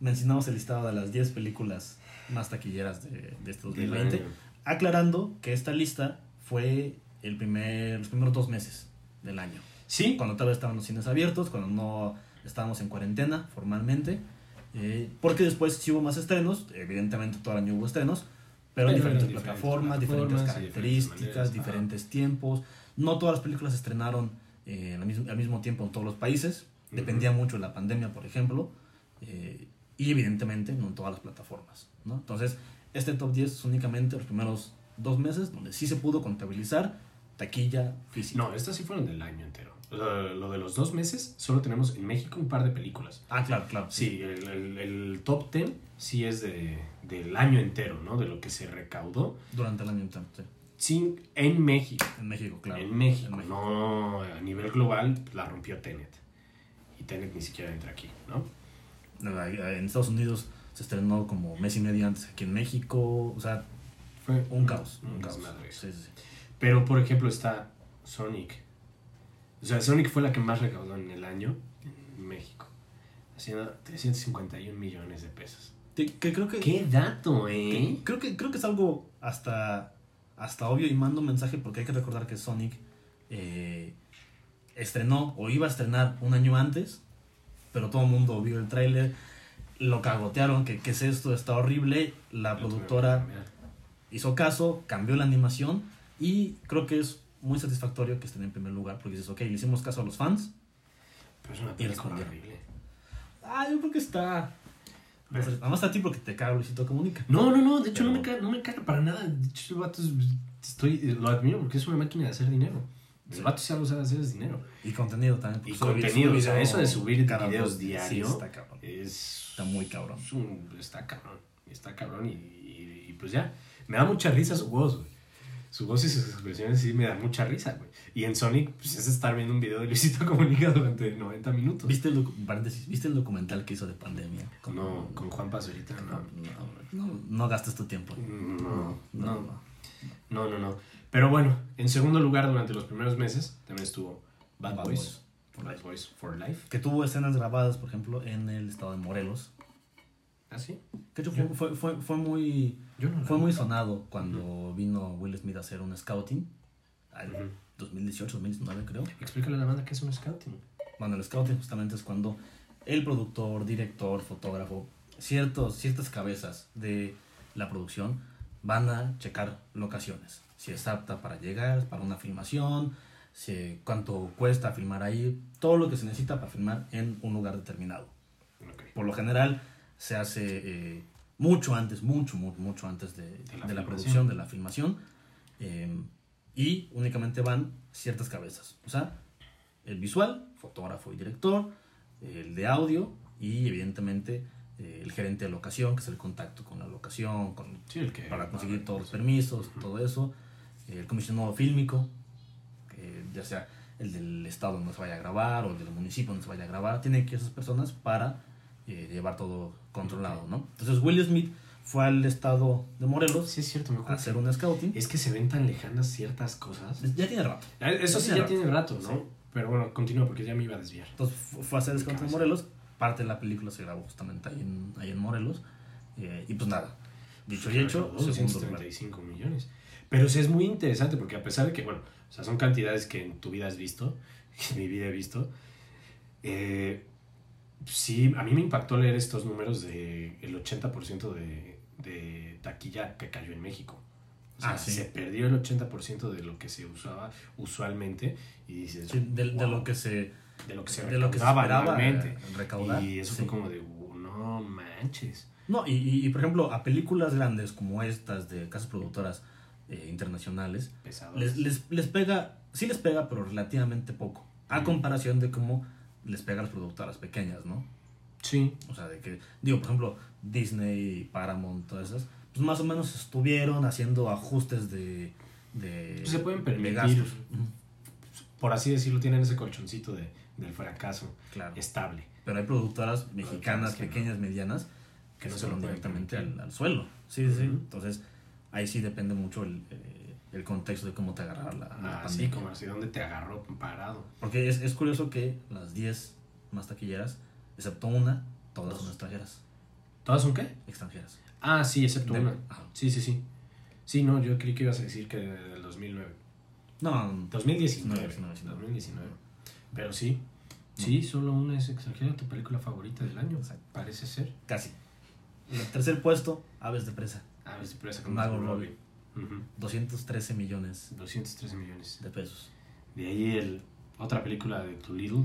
[SPEAKER 2] mencionamos el listado de las 10 películas más taquilleras de, de este 2020. Aclarando que esta lista fue el primer, los primeros dos meses del año
[SPEAKER 1] Sí,
[SPEAKER 2] cuando todavía estaban los cines abiertos, cuando no estábamos en cuarentena formalmente, eh, porque después sí hubo más estrenos, evidentemente todo el año hubo estrenos,
[SPEAKER 1] Pero
[SPEAKER 2] pero en
[SPEAKER 1] en
[SPEAKER 2] diferentes
[SPEAKER 1] diferentes
[SPEAKER 2] plataformas, diferentes
[SPEAKER 1] plataformas y diferentes
[SPEAKER 2] características,
[SPEAKER 1] maneras, ajá.
[SPEAKER 2] diferentes tiempos, no todas las películas se estrenaron eh, al, mismo, al mismo tiempo en todos los países, dependía mucho de la pandemia, por ejemplo, eh, y evidentemente no en todas las plataformas, ¿no? Entonces, este top 10 es únicamente los primeros dos meses donde sí se pudo contabilizar taquilla física.
[SPEAKER 1] no, estas sí fueron del año entero. O sea, Lo de los dos meses, solo tenemos en México un par de películas.
[SPEAKER 2] Ah, claro, claro.
[SPEAKER 1] Sí, el, el- el top 10 sí es de, del año entero, ¿no? De lo que se recaudó
[SPEAKER 2] Durante el año entero, sí.
[SPEAKER 1] sin, en México.
[SPEAKER 2] En México, claro.
[SPEAKER 1] en México. No, a nivel global pues, la rompió Tenet. Y Tenet ni siquiera entra aquí, ¿no?
[SPEAKER 2] La- En Estados Unidos se estrenó como mes y medio antes aquí en México. O sea,
[SPEAKER 1] Fue
[SPEAKER 2] un caos.
[SPEAKER 1] Un,
[SPEAKER 2] Un caos.
[SPEAKER 1] desmadre.
[SPEAKER 2] Sí, sí, sí.
[SPEAKER 1] Pero, por ejemplo, está Sonic. O sea, Sonic fue la que más recaudó en el año en México. haciendo 351 millones de pesos.
[SPEAKER 2] Te- que creo que,
[SPEAKER 1] ¡Qué dato, eh!
[SPEAKER 2] que- creo que creo que es algo hasta hasta obvio y mando un mensaje porque hay que recordar que Sonic eh, estrenó o iba a estrenar un año antes, pero todo el mundo vio el tráiler, lo cagotearon, que qué es esto, está horrible, la productora hizo caso, cambió la animación y creo que es muy satisfactorio que estén en primer lugar porque dices, ok, le hicimos caso a los fans.
[SPEAKER 1] Pero es una
[SPEAKER 2] Y
[SPEAKER 1] película
[SPEAKER 2] respondieron.
[SPEAKER 1] horrible.
[SPEAKER 2] Ah, yo creo que está... Además a ti porque te cago Luisito Comunica.
[SPEAKER 1] No, no, no, de hecho no, me
[SPEAKER 2] Pero-
[SPEAKER 1] caga, no me caga para nada. De hecho, el vato es- estoy, lo admiro porque es una máquina de hacer dinero. El vato ya lo sabe hacer es dinero.
[SPEAKER 2] Y contenido también. porque
[SPEAKER 1] Y
[SPEAKER 2] subir-
[SPEAKER 1] contenido,
[SPEAKER 2] subir
[SPEAKER 1] o sea,
[SPEAKER 2] video
[SPEAKER 1] eso de subir
[SPEAKER 2] cada
[SPEAKER 1] videos
[SPEAKER 2] dos-
[SPEAKER 1] diario.
[SPEAKER 2] Sí, está cabrón.
[SPEAKER 1] Es,
[SPEAKER 2] Está muy cabrón.
[SPEAKER 1] es un- está cabrón. Está cabrón y, y- y pues ya. Me da mucha risa su voz, güey. Su voz y sus expresiones sí me da mucha risa, güey. Y en Sonic, pues es estar viendo un video de Luisito [laughs] Comunica durante 90 minutos.
[SPEAKER 2] ¿Viste el, docu- paréntesis, ¿Viste el documental que hizo de pandemia? Con-
[SPEAKER 1] No, con Juan Pazurita,
[SPEAKER 2] No,
[SPEAKER 1] no.
[SPEAKER 2] no, no gastes tu tiempo.
[SPEAKER 1] No,
[SPEAKER 2] no,
[SPEAKER 1] no, no, no, no. Pero bueno, en segundo lugar durante los primeros meses también estuvo Bad,
[SPEAKER 2] Bad
[SPEAKER 1] Boys,
[SPEAKER 2] Boys
[SPEAKER 1] for Bad Boys for Life.
[SPEAKER 2] Que tuvo escenas grabadas, por ejemplo, en el estado de Morelos.
[SPEAKER 1] ¿Ah, sí?
[SPEAKER 2] Que de hecho fue, fue, fue, fue muy,
[SPEAKER 1] Yo no la
[SPEAKER 2] fue
[SPEAKER 1] vi.
[SPEAKER 2] muy sonado cuando vino Will Smith a hacer un scouting. al
[SPEAKER 1] Ujú.
[SPEAKER 2] 2018, 2019 creo.
[SPEAKER 1] Explícale a la banda qué es un scouting.
[SPEAKER 2] Bueno, el scouting justamente es cuando el productor, director, fotógrafo, ciertos, ciertas cabezas de la producción van a checar locaciones. Si es apta para llegar, para una filmación, si, cuánto cuesta filmar ahí, todo lo que se necesita para filmar en un lugar determinado.
[SPEAKER 1] Ok.
[SPEAKER 2] Por lo general se hace eh, mucho antes, mucho, mucho, mucho antes de, de la,
[SPEAKER 1] la filmación.
[SPEAKER 2] producción, de la filmación. eh, y únicamente van ciertas cabezas. O sea, el visual, fotógrafo y director, el de audio y evidentemente eh, el gerente de locación, que es el contacto con la locación, con,
[SPEAKER 1] Sí, el que... Ah,
[SPEAKER 2] para conseguir todos los permisos, todo eso. Eh, El comisionado fílmico, que ya sea el del estado donde se vaya a grabar o el del municipio donde se vaya a grabar, tiene que ir esas personas para eh, llevar todo controlado, ¿no? Entonces Will Smith fue al estado de Morelos
[SPEAKER 1] Sí, es cierto, me
[SPEAKER 2] a
[SPEAKER 1] acuerdo.
[SPEAKER 2] hacer un scouting.
[SPEAKER 1] Es que se ven tan lejanas ciertas cosas.
[SPEAKER 2] Ya tiene rato.
[SPEAKER 1] Eso sí,
[SPEAKER 2] tiene
[SPEAKER 1] ya
[SPEAKER 2] rato.
[SPEAKER 1] tiene rato, ¿no?
[SPEAKER 2] Sí.
[SPEAKER 1] Pero bueno, continúa porque ya me iba a desviar.
[SPEAKER 2] Entonces fu- fue a hacer
[SPEAKER 1] Mi
[SPEAKER 2] scouting en
[SPEAKER 1] cabeza.
[SPEAKER 2] Morelos. Parte de la película se grabó justamente ahí en, ahí en Morelos. eh, y pues nada, dicho y hecho, segundo lugar.
[SPEAKER 1] 235 millones. Pero sí es muy interesante porque a pesar de que, bueno, o sea, son cantidades que en tu vida has visto, [laughs] que en mi vida he visto, eh, sí, a mí me impactó leer estos números de el 80% de, de taquilla que cayó en México. O sea,
[SPEAKER 2] Ah, sí.
[SPEAKER 1] se perdió el 80% de lo que se usaba usualmente y dices,
[SPEAKER 2] Sí, de, de
[SPEAKER 1] "Wow",
[SPEAKER 2] lo que se
[SPEAKER 1] de lo que se eh,
[SPEAKER 2] de lo que se
[SPEAKER 1] recaudaba
[SPEAKER 2] esperaba
[SPEAKER 1] anualmente.
[SPEAKER 2] recaudar.
[SPEAKER 1] Y eso
[SPEAKER 2] Sí.
[SPEAKER 1] fue como de, "Uh, no manches.
[SPEAKER 2] No, y, y- y, por ejemplo, a películas grandes como estas de casas productoras eh, internacionales,
[SPEAKER 1] Pesado.
[SPEAKER 2] les, les, les pega, sí les pega, pero relativamente poco. A
[SPEAKER 1] Ujú.
[SPEAKER 2] comparación de cómo les pega a las productoras pequeñas, ¿no?
[SPEAKER 1] Sí,
[SPEAKER 2] O sea, de que, digo, por ejemplo, Disney, Paramount, todas esas, pues más o menos estuvieron haciendo ajustes de. de
[SPEAKER 1] Pues se pueden
[SPEAKER 2] de
[SPEAKER 1] permitir.
[SPEAKER 2] gastos. Ujú,
[SPEAKER 1] por así decirlo, tienen ese colchoncito de, del fracaso
[SPEAKER 2] Claro.
[SPEAKER 1] estable.
[SPEAKER 2] Pero hay productoras mexicanas,
[SPEAKER 1] que no.
[SPEAKER 2] pequeñas, medianas, que
[SPEAKER 1] Que
[SPEAKER 2] no
[SPEAKER 1] no
[SPEAKER 2] se
[SPEAKER 1] se lo
[SPEAKER 2] van
[SPEAKER 1] pueden
[SPEAKER 2] directamente al,
[SPEAKER 1] permitir.
[SPEAKER 2] al suelo. Sí, sí. sí.
[SPEAKER 1] Ujú.
[SPEAKER 2] Entonces, ahí sí depende mucho el, eh, el contexto de cómo te agarrará la, la
[SPEAKER 1] Así
[SPEAKER 2] pandemia.
[SPEAKER 1] Ah, como así, donde te agarró parado.
[SPEAKER 2] Porque es, es curioso que las 10 más taquilleras, excepto una, todas
[SPEAKER 1] Dos.
[SPEAKER 2] son extranjeras.
[SPEAKER 1] ¿Todas son qué?
[SPEAKER 2] Extranjeras.
[SPEAKER 1] Ah, sí, excepto
[SPEAKER 2] De-
[SPEAKER 1] una.
[SPEAKER 2] Ajá.
[SPEAKER 1] Sí, sí, sí. Sí, no, yo creí que ibas a decir que del 2009.
[SPEAKER 2] No, no,
[SPEAKER 1] 2019.
[SPEAKER 2] 19, 19.
[SPEAKER 1] 2019. Pero sí. Sí, solo una es extranjera, tu película favorita del año.
[SPEAKER 2] Exacto.
[SPEAKER 1] Parece ser.
[SPEAKER 2] casi. En el tercer puesto, Aves de Presa.
[SPEAKER 1] A ver si puedes sacar
[SPEAKER 2] Mago
[SPEAKER 1] un-
[SPEAKER 2] Robbie.
[SPEAKER 1] Ujú.
[SPEAKER 2] 213 millones
[SPEAKER 1] 213 millones.
[SPEAKER 2] de pesos.
[SPEAKER 1] De ahí el, otra película de Little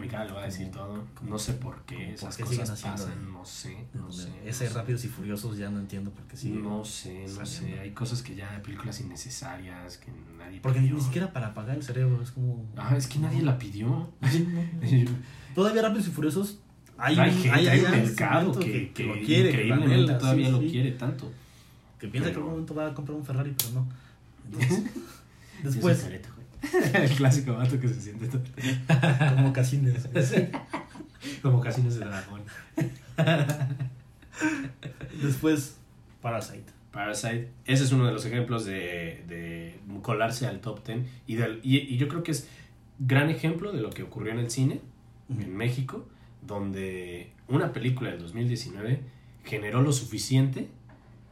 [SPEAKER 1] Mi cara lo va a decir todo. No sé por
[SPEAKER 2] como
[SPEAKER 1] qué esas
[SPEAKER 2] por qué siguen
[SPEAKER 1] cosas
[SPEAKER 2] haciendo,
[SPEAKER 1] pasan.
[SPEAKER 2] eh.
[SPEAKER 1] No sé, no sé.
[SPEAKER 2] Ese
[SPEAKER 1] no sé.
[SPEAKER 2] Rápidos y Furiosos ya no entiendo por qué sigue.
[SPEAKER 1] No sé, no sé.
[SPEAKER 2] saliendo.
[SPEAKER 1] Hay cosas que ya, películas innecesarias que nadie
[SPEAKER 2] Porque ni,
[SPEAKER 1] pidió.
[SPEAKER 2] ni siquiera para apagar el cerebro, es como...
[SPEAKER 1] Ah, es que nadie la pidió.
[SPEAKER 2] Todavía Rápidos y Furiosos
[SPEAKER 1] [laughs]
[SPEAKER 2] hay,
[SPEAKER 1] Hay,
[SPEAKER 2] un-
[SPEAKER 1] gente, hay, un
[SPEAKER 2] alguien
[SPEAKER 1] mercado
[SPEAKER 2] segmento
[SPEAKER 1] que, que,
[SPEAKER 2] lo quiere, que lo
[SPEAKER 1] increíblemente
[SPEAKER 2] anhela,
[SPEAKER 1] todavía
[SPEAKER 2] sí,
[SPEAKER 1] lo
[SPEAKER 2] sí.
[SPEAKER 1] quiere
[SPEAKER 2] [laughs]
[SPEAKER 1] tanto.
[SPEAKER 2] Que piensa que en
[SPEAKER 1] Pero-
[SPEAKER 2] algún momento va a comprar un Ferrari, pero no. Entonces, [laughs] después,
[SPEAKER 1] El clásico vato que se siente todo-
[SPEAKER 2] [laughs] como Casines.
[SPEAKER 1] como casinos de dragón.
[SPEAKER 2] Después, Parasite.
[SPEAKER 1] Parasite, ese es uno de los ejemplos de, de colarse al top ten y, del- y, y yo creo que es gran ejemplo de lo que ocurrió en el cine en México, donde una película del 2019 generó lo suficiente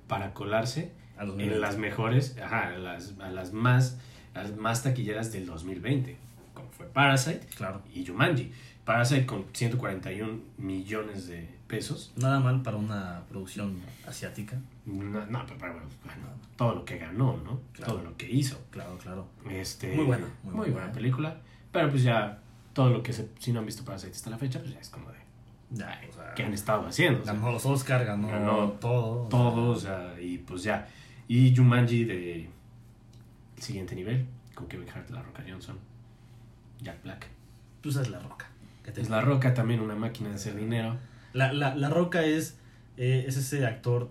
[SPEAKER 1] para colarse
[SPEAKER 2] A los
[SPEAKER 1] en
[SPEAKER 2] niveles.
[SPEAKER 1] las mejores, ajá, a las, a las más, a las más taquilleras del 2020, como fue Parasite
[SPEAKER 2] Claro.
[SPEAKER 1] y Jumanji. Parasite con 141 millones de pesos.
[SPEAKER 2] Nada mal para una producción asiática.
[SPEAKER 1] No, no, pero, pero, bueno, todo lo que ganó, ¿no?
[SPEAKER 2] Claro.
[SPEAKER 1] Todo lo que hizo.
[SPEAKER 2] Claro, claro.
[SPEAKER 1] Este,
[SPEAKER 2] Muy buena,
[SPEAKER 1] Muy,
[SPEAKER 2] muy buena. ¿eh?
[SPEAKER 1] buena película. Pero pues ya todo lo que se, si no han visto Parasite hasta la fecha, pues ya es como de
[SPEAKER 2] Ya, o sea,
[SPEAKER 1] qué han estado haciendo. O sea,
[SPEAKER 2] ganó los Oscar, ganó,
[SPEAKER 1] Ganó
[SPEAKER 2] todo.
[SPEAKER 1] todo, o sea, y pues ya. Y Jumanji de el siguiente nivel, con Kevin Hart, La Roca Johnson, Jack Black.
[SPEAKER 2] Tú sabes La Roca. que te-
[SPEAKER 1] Es La Roca también una máquina de hacer dinero.
[SPEAKER 2] La, la- La Roca es, eh, es ese actor,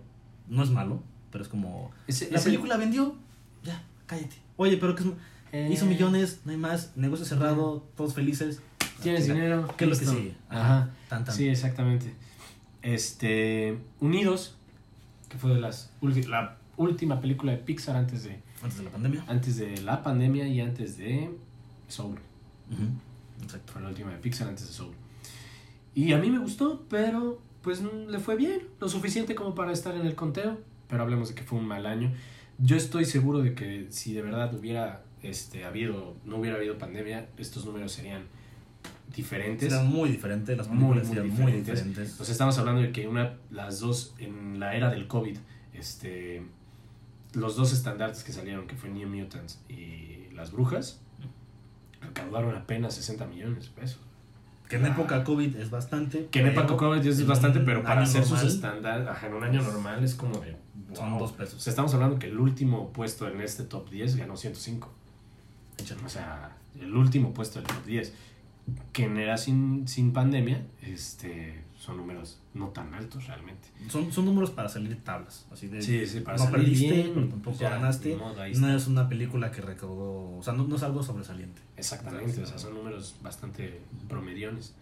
[SPEAKER 2] no es malo, pero es como...
[SPEAKER 1] Ese-
[SPEAKER 2] La
[SPEAKER 1] ese-
[SPEAKER 2] película vendió, ya, cállate. Oye, pero que es-
[SPEAKER 1] Eh,
[SPEAKER 2] hizo millones, no hay más, negocio cerrado, todos felices. Ah,
[SPEAKER 1] Tienes
[SPEAKER 2] Chinga.
[SPEAKER 1] dinero.
[SPEAKER 2] ¿Qué es lo que
[SPEAKER 1] listo.
[SPEAKER 2] sigue? Ah,
[SPEAKER 1] Ajá.
[SPEAKER 2] Tan, tan.
[SPEAKER 1] Sí, exactamente. Este, Unidos, que fue de las ulti- la última película de Pixar antes de
[SPEAKER 2] Antes de la pandemia.
[SPEAKER 1] antes de la pandemia y antes de Soul.
[SPEAKER 2] Ujú, Exacto.
[SPEAKER 1] Fue la última de Pixar antes de Soul. Y a mí me gustó, pero pues mm, le fue bien, lo suficiente como para estar en el conteo, pero hablemos de que fue un mal año. Yo estoy seguro de que si de verdad hubiera este habido no hubiera habido pandemia, estos números serían diferentes.
[SPEAKER 2] Eran muy diferentes, las
[SPEAKER 1] Muy,
[SPEAKER 2] películas
[SPEAKER 1] muy
[SPEAKER 2] eran muy
[SPEAKER 1] diferentes.
[SPEAKER 2] diferentes.
[SPEAKER 1] O sea, estamos hablando de que una, las dos, en la era del COVID, este, los dos estandartes que salieron, que fue New Mutants y Las Brujas, recaudaron apenas 60 millones de pesos.
[SPEAKER 2] que en
[SPEAKER 1] ah.
[SPEAKER 2] época COVID es bastante.
[SPEAKER 1] Que en
[SPEAKER 2] pero
[SPEAKER 1] época COVID es
[SPEAKER 2] en
[SPEAKER 1] bastante,
[SPEAKER 2] un
[SPEAKER 1] pero para
[SPEAKER 2] año
[SPEAKER 1] hacer sus
[SPEAKER 2] normal,
[SPEAKER 1] estándares, ajá, en un año normal es como de...
[SPEAKER 2] Son
[SPEAKER 1] wow.
[SPEAKER 2] dos
[SPEAKER 1] O
[SPEAKER 2] pesos.
[SPEAKER 1] sea, estamos hablando que el último puesto en este top 10 ganó 105.
[SPEAKER 2] Échale.
[SPEAKER 1] O sea, el último puesto del top 10. Que en era sin, sin pandemia, este, son números no tan altos realmente.
[SPEAKER 2] Son, son números para salir tablas. Así de.
[SPEAKER 1] Sí, sí, para
[SPEAKER 2] no
[SPEAKER 1] salir
[SPEAKER 2] perdiste,
[SPEAKER 1] bien,
[SPEAKER 2] pero
[SPEAKER 1] pues
[SPEAKER 2] tampoco
[SPEAKER 1] eh, ya,
[SPEAKER 2] ganaste.
[SPEAKER 1] ni modo, ahí
[SPEAKER 2] no
[SPEAKER 1] está.
[SPEAKER 2] es una película que recaudó. O sea, no, no es algo sobresaliente.
[SPEAKER 1] Exactamente, o sea, son números bastante promediones.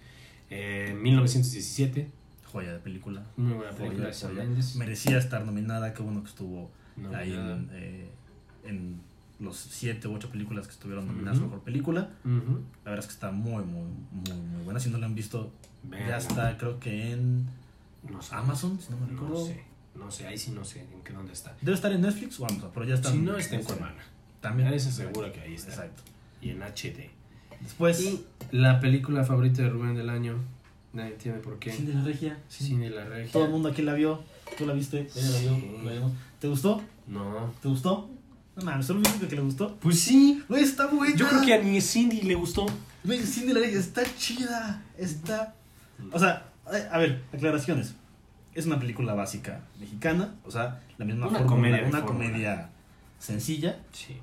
[SPEAKER 1] Eh, 1917,
[SPEAKER 2] Joya de película.
[SPEAKER 1] muy buena
[SPEAKER 2] Joya,
[SPEAKER 1] película de Sam
[SPEAKER 2] joya.
[SPEAKER 1] Mendes.
[SPEAKER 2] Merecía estar nominada. Qué bueno que estuvo
[SPEAKER 1] No,
[SPEAKER 2] ahí
[SPEAKER 1] nada.
[SPEAKER 2] en, eh, en los siete u ocho películas que estuvieron nominadas
[SPEAKER 1] Ujú.
[SPEAKER 2] a mejor película.
[SPEAKER 1] Ujú.
[SPEAKER 2] La verdad es que está muy, muy, muy, muy buena. Si no la han visto, ya
[SPEAKER 1] Véanla.
[SPEAKER 2] está, creo que en
[SPEAKER 1] No sé.
[SPEAKER 2] Amazon, si no me
[SPEAKER 1] Ah, No
[SPEAKER 2] recuerdo.
[SPEAKER 1] sé, no sé, ahí sí no sé en qué dónde está.
[SPEAKER 2] Debe estar en Netflix o Amazon, pero ya está.
[SPEAKER 1] Si no está en
[SPEAKER 2] este,
[SPEAKER 1] Cuevana,
[SPEAKER 2] También.
[SPEAKER 1] Ese seguro que ahí está.
[SPEAKER 2] Exacto.
[SPEAKER 1] y en HD.
[SPEAKER 2] Después,
[SPEAKER 1] Y la película favorita de Rubén del año, nadie entiende por qué.
[SPEAKER 2] Cine de la Regia.
[SPEAKER 1] Cine La Regia.
[SPEAKER 2] Todo el mundo aquí la vio. Tú la viste, ella la vio,
[SPEAKER 1] Sí.
[SPEAKER 2] la vimos. ¿Te gustó?
[SPEAKER 1] No.
[SPEAKER 2] ¿Te gustó? No mames, solo único que le gustó.
[SPEAKER 1] Pues sí,
[SPEAKER 2] Güey, está buena.
[SPEAKER 1] yo creo que a ni Cindy le gustó.
[SPEAKER 2] Güey, Cine de la Regia está chida. Está. O sea, eh, a a ver, aclaraciones. Es una película básica mexicana. O sea, la misma
[SPEAKER 1] Una
[SPEAKER 2] fórmula,
[SPEAKER 1] comedia de
[SPEAKER 2] Una
[SPEAKER 1] fórmula.
[SPEAKER 2] comedia sencilla.
[SPEAKER 1] Sí.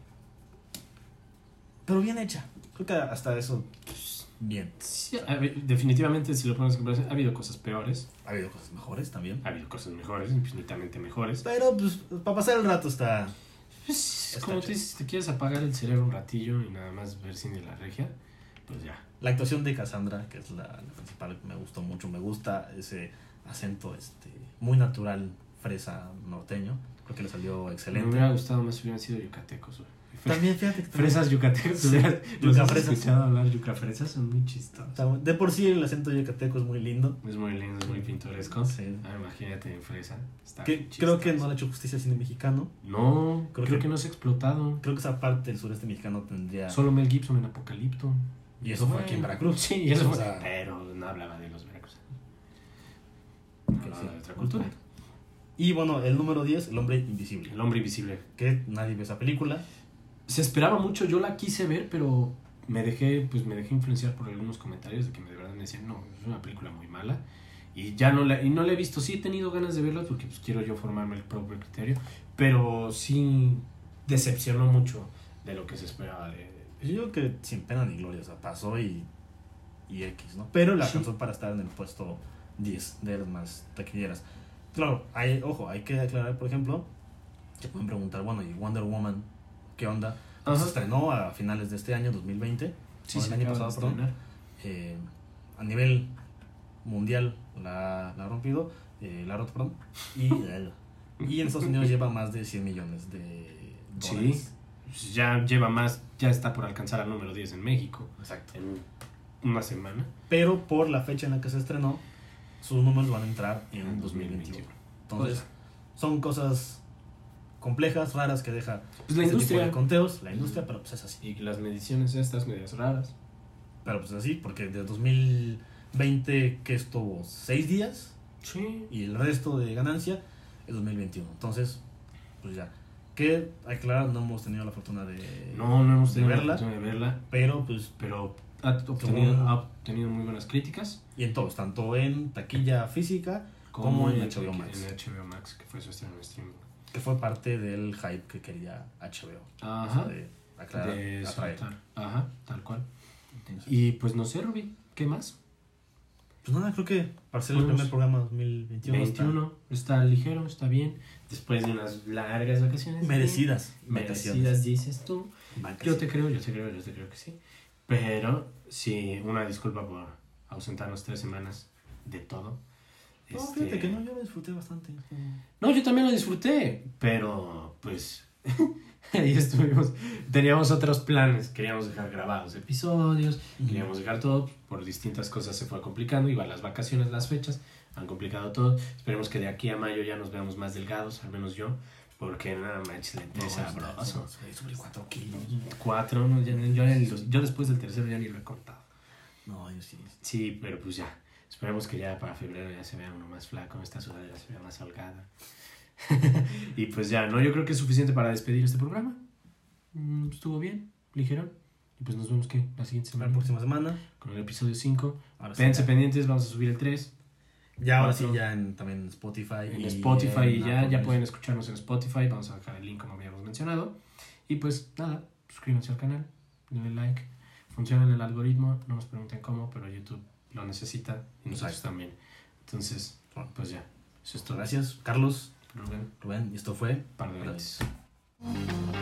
[SPEAKER 2] Pero bien hecha. Creo que hasta eso. pues, bien.
[SPEAKER 1] Sí, a ver, definitivamente, si lo pones en comparación, ha habido cosas peores,
[SPEAKER 2] Ha habido cosas mejores también.
[SPEAKER 1] ha habido cosas mejores, infinitamente mejores.
[SPEAKER 2] Pero pues para pasar el rato está.
[SPEAKER 1] Pues,
[SPEAKER 2] Está
[SPEAKER 1] como tú
[SPEAKER 2] chido.
[SPEAKER 1] dices, si te quieres apagar el cerebro un ratillo y nada más ver cine de la regia, pues ya.
[SPEAKER 2] La actuación de Cassandra, que es la, la principal, me gustó mucho. Me gusta ese acento este muy natural, fresa norteño. Creo que le salió
[SPEAKER 1] Me
[SPEAKER 2] excelente.
[SPEAKER 1] hubiera gustado más si hubieran sido yucatecos. güey. Fre-
[SPEAKER 2] También fíjate que
[SPEAKER 1] [laughs]
[SPEAKER 2] también-
[SPEAKER 1] Fresas yucatecas.
[SPEAKER 2] Sí,
[SPEAKER 1] hubieras- ¿Los has
[SPEAKER 2] yucafresas.
[SPEAKER 1] escuchado hablar yucafresas? Son muy chistosos.
[SPEAKER 2] está bu- De por sí el acento yucateco es muy lindo.
[SPEAKER 1] Es muy lindo, es muy pintoresco.
[SPEAKER 2] Sí.
[SPEAKER 1] Ah, imagínate en fresa. Está
[SPEAKER 2] Que,
[SPEAKER 1] chistoso.
[SPEAKER 2] creo que no le ha hecho justicia al cine mexicano.
[SPEAKER 1] No,
[SPEAKER 2] Creo
[SPEAKER 1] creo,
[SPEAKER 2] que-
[SPEAKER 1] que... no se ha explotado.
[SPEAKER 2] Creo que esa parte del sureste mexicano tendría.
[SPEAKER 1] Solo Mel Gibson en Apocalipto.
[SPEAKER 2] Y eso fue aquí en
[SPEAKER 1] Bueno,
[SPEAKER 2] Veracruz.
[SPEAKER 1] Sí,
[SPEAKER 2] [laughs]
[SPEAKER 1] y eso
[SPEAKER 2] O
[SPEAKER 1] fue.
[SPEAKER 2] sea-
[SPEAKER 1] Pero no hablaba de los veracruzanos.
[SPEAKER 2] Que
[SPEAKER 1] Hablaba
[SPEAKER 2] sí.
[SPEAKER 1] de otra cultura.
[SPEAKER 2] Y bueno, el número 10, El hombre invisible.
[SPEAKER 1] El hombre invisible.
[SPEAKER 2] que nadie ve esa película.
[SPEAKER 1] Se esperaba mucho, yo la quise ver, pero me dejé, pues me dejé influenciar por algunos comentarios de que me de verdad me decían, no, es una película muy mala. Y ya no la, y no la he visto, sí he tenido ganas de verla porque pues, quiero yo formarme el propio criterio, pero sí decepcionó mucho de lo que se esperaba de...
[SPEAKER 2] Pues Yo creo que sin pena ni gloria, o sea, pasó y, y X, ¿no? Pero la
[SPEAKER 1] Sí.
[SPEAKER 2] alcanzó para estar en el puesto 10 de las más taquilleras. Claro, hay, ojo, hay que aclarar, por ejemplo, se pueden preguntar, bueno, ¿y Wonder Woman qué onda? Pues se estrenó a finales de este año, 2020. o del
[SPEAKER 1] se acaba
[SPEAKER 2] año
[SPEAKER 1] de
[SPEAKER 2] pasado, perdón.
[SPEAKER 1] estrenar.
[SPEAKER 2] Eh, a nivel mundial la, la ha rompido, eh, la ha roto, perdón.
[SPEAKER 1] [laughs]
[SPEAKER 2] Y, y en Estados Unidos lleva más de 100 millones de
[SPEAKER 1] Sí.
[SPEAKER 2] dólares.
[SPEAKER 1] Pues, ya lleva más, ya está por alcanzar al número 10 en México.
[SPEAKER 2] exacto.
[SPEAKER 1] En una semana.
[SPEAKER 2] Pero por la fecha en la que se estrenó, sus números van a entrar en 2021. Entonces, son cosas complejas, raras que deja
[SPEAKER 1] Pues la
[SPEAKER 2] este tipo
[SPEAKER 1] industria
[SPEAKER 2] de conteos, la industria, pero pues es así.
[SPEAKER 1] y las mediciones estas medias raras.
[SPEAKER 2] Pero pues así, porque desde 2020 que estuvo 6 días
[SPEAKER 1] Sí.
[SPEAKER 2] y el resto de ganancia es 2021. Entonces, pues ya. Que aclarar, no hemos tenido la fortuna de,
[SPEAKER 1] No, no hemos
[SPEAKER 2] de
[SPEAKER 1] tenido la
[SPEAKER 2] verla,
[SPEAKER 1] oportunidad de verla,
[SPEAKER 2] pero pues
[SPEAKER 1] pero ha
[SPEAKER 2] Según-
[SPEAKER 1] obtenido, ha obtenido muy buenas críticas.
[SPEAKER 2] y en todos, tanto en taquilla física, Como en HBO Max.
[SPEAKER 1] En HBO Max, que fue su estreno en streaming.
[SPEAKER 2] que fue parte del hype que quería HBO. O sea,
[SPEAKER 1] Ajá.
[SPEAKER 2] de aclarar,
[SPEAKER 1] de
[SPEAKER 2] atraer.
[SPEAKER 1] soltar. Ajá, tal cual.
[SPEAKER 2] Entonces,
[SPEAKER 1] Y pues no sé, Ruby, ¿qué más?
[SPEAKER 2] Pues nada, creo que para ser el
[SPEAKER 1] Fuimos.
[SPEAKER 2] primer programa 2021 está
[SPEAKER 1] 21, está ligero, está bien. Después de unas largas vacaciones.
[SPEAKER 2] merecidas.
[SPEAKER 1] bien,
[SPEAKER 2] vacaciones.
[SPEAKER 1] Merecidas, dices tú. Yo
[SPEAKER 2] Vacaciones.
[SPEAKER 1] te creo, yo te creo, yo te creo que sí. Pero sí, una disculpa por ausentarnos tres semanas de todo.
[SPEAKER 2] No,
[SPEAKER 1] Este,
[SPEAKER 2] fíjate que no, yo lo disfruté bastante.
[SPEAKER 1] No, yo también lo disfruté, pero pues [laughs] ahí estuvimos. Teníamos otros planes, queríamos dejar grabados episodios, queríamos dejar todo, por distintas cosas se fue complicando, igual las vacaciones, las fechas, han complicado todo. Esperemos que de aquí a mayo ya nos veamos más delgados, al menos yo, porque nada manches, la
[SPEAKER 2] No,
[SPEAKER 1] entré sabroso.
[SPEAKER 2] soy- Subí 4 kilos.
[SPEAKER 1] Cuatro, no, ya- yo, ya ni los- yo después del tercero ya ni lo he contado.
[SPEAKER 2] No, yo sí.
[SPEAKER 1] Sí, pero pues ya. Esperemos que ya para febrero ya se vea uno más flaco, esta sudadera se vea más holgada. [laughs] y pues ya, ¿no? Yo creo que es suficiente para despedir este programa. Mm, Estuvo bien, ligero. Y pues nos vemos que la siguiente
[SPEAKER 2] La
[SPEAKER 1] semana
[SPEAKER 2] próxima semana.
[SPEAKER 1] con el episodio 5.
[SPEAKER 2] Ahora sí,
[SPEAKER 1] Pense
[SPEAKER 2] ya.
[SPEAKER 1] pendientes, vamos a subir el 3
[SPEAKER 2] Ya, ahora sí,
[SPEAKER 1] Cuatro.
[SPEAKER 2] ya en, también en Spotify.
[SPEAKER 1] en
[SPEAKER 2] y
[SPEAKER 1] Spotify
[SPEAKER 2] en
[SPEAKER 1] y ya,
[SPEAKER 2] Apple
[SPEAKER 1] ya
[SPEAKER 2] Music.
[SPEAKER 1] pueden escucharnos en Spotify. Vamos a dejar el link como habíamos mencionado. Y pues nada, suscríbanse al canal, denle like. Funciona en el algoritmo, no nos pregunten cómo, pero YouTube lo necesita y nosotros
[SPEAKER 2] Exacto.
[SPEAKER 1] también. Entonces,
[SPEAKER 2] Bueno,
[SPEAKER 1] Pues ya, eso es todo.
[SPEAKER 2] Gracias, Carlos,
[SPEAKER 1] Rubén,
[SPEAKER 2] Rubén, y esto fue
[SPEAKER 1] par de
[SPEAKER 2] Gracias.
[SPEAKER 1] lentes.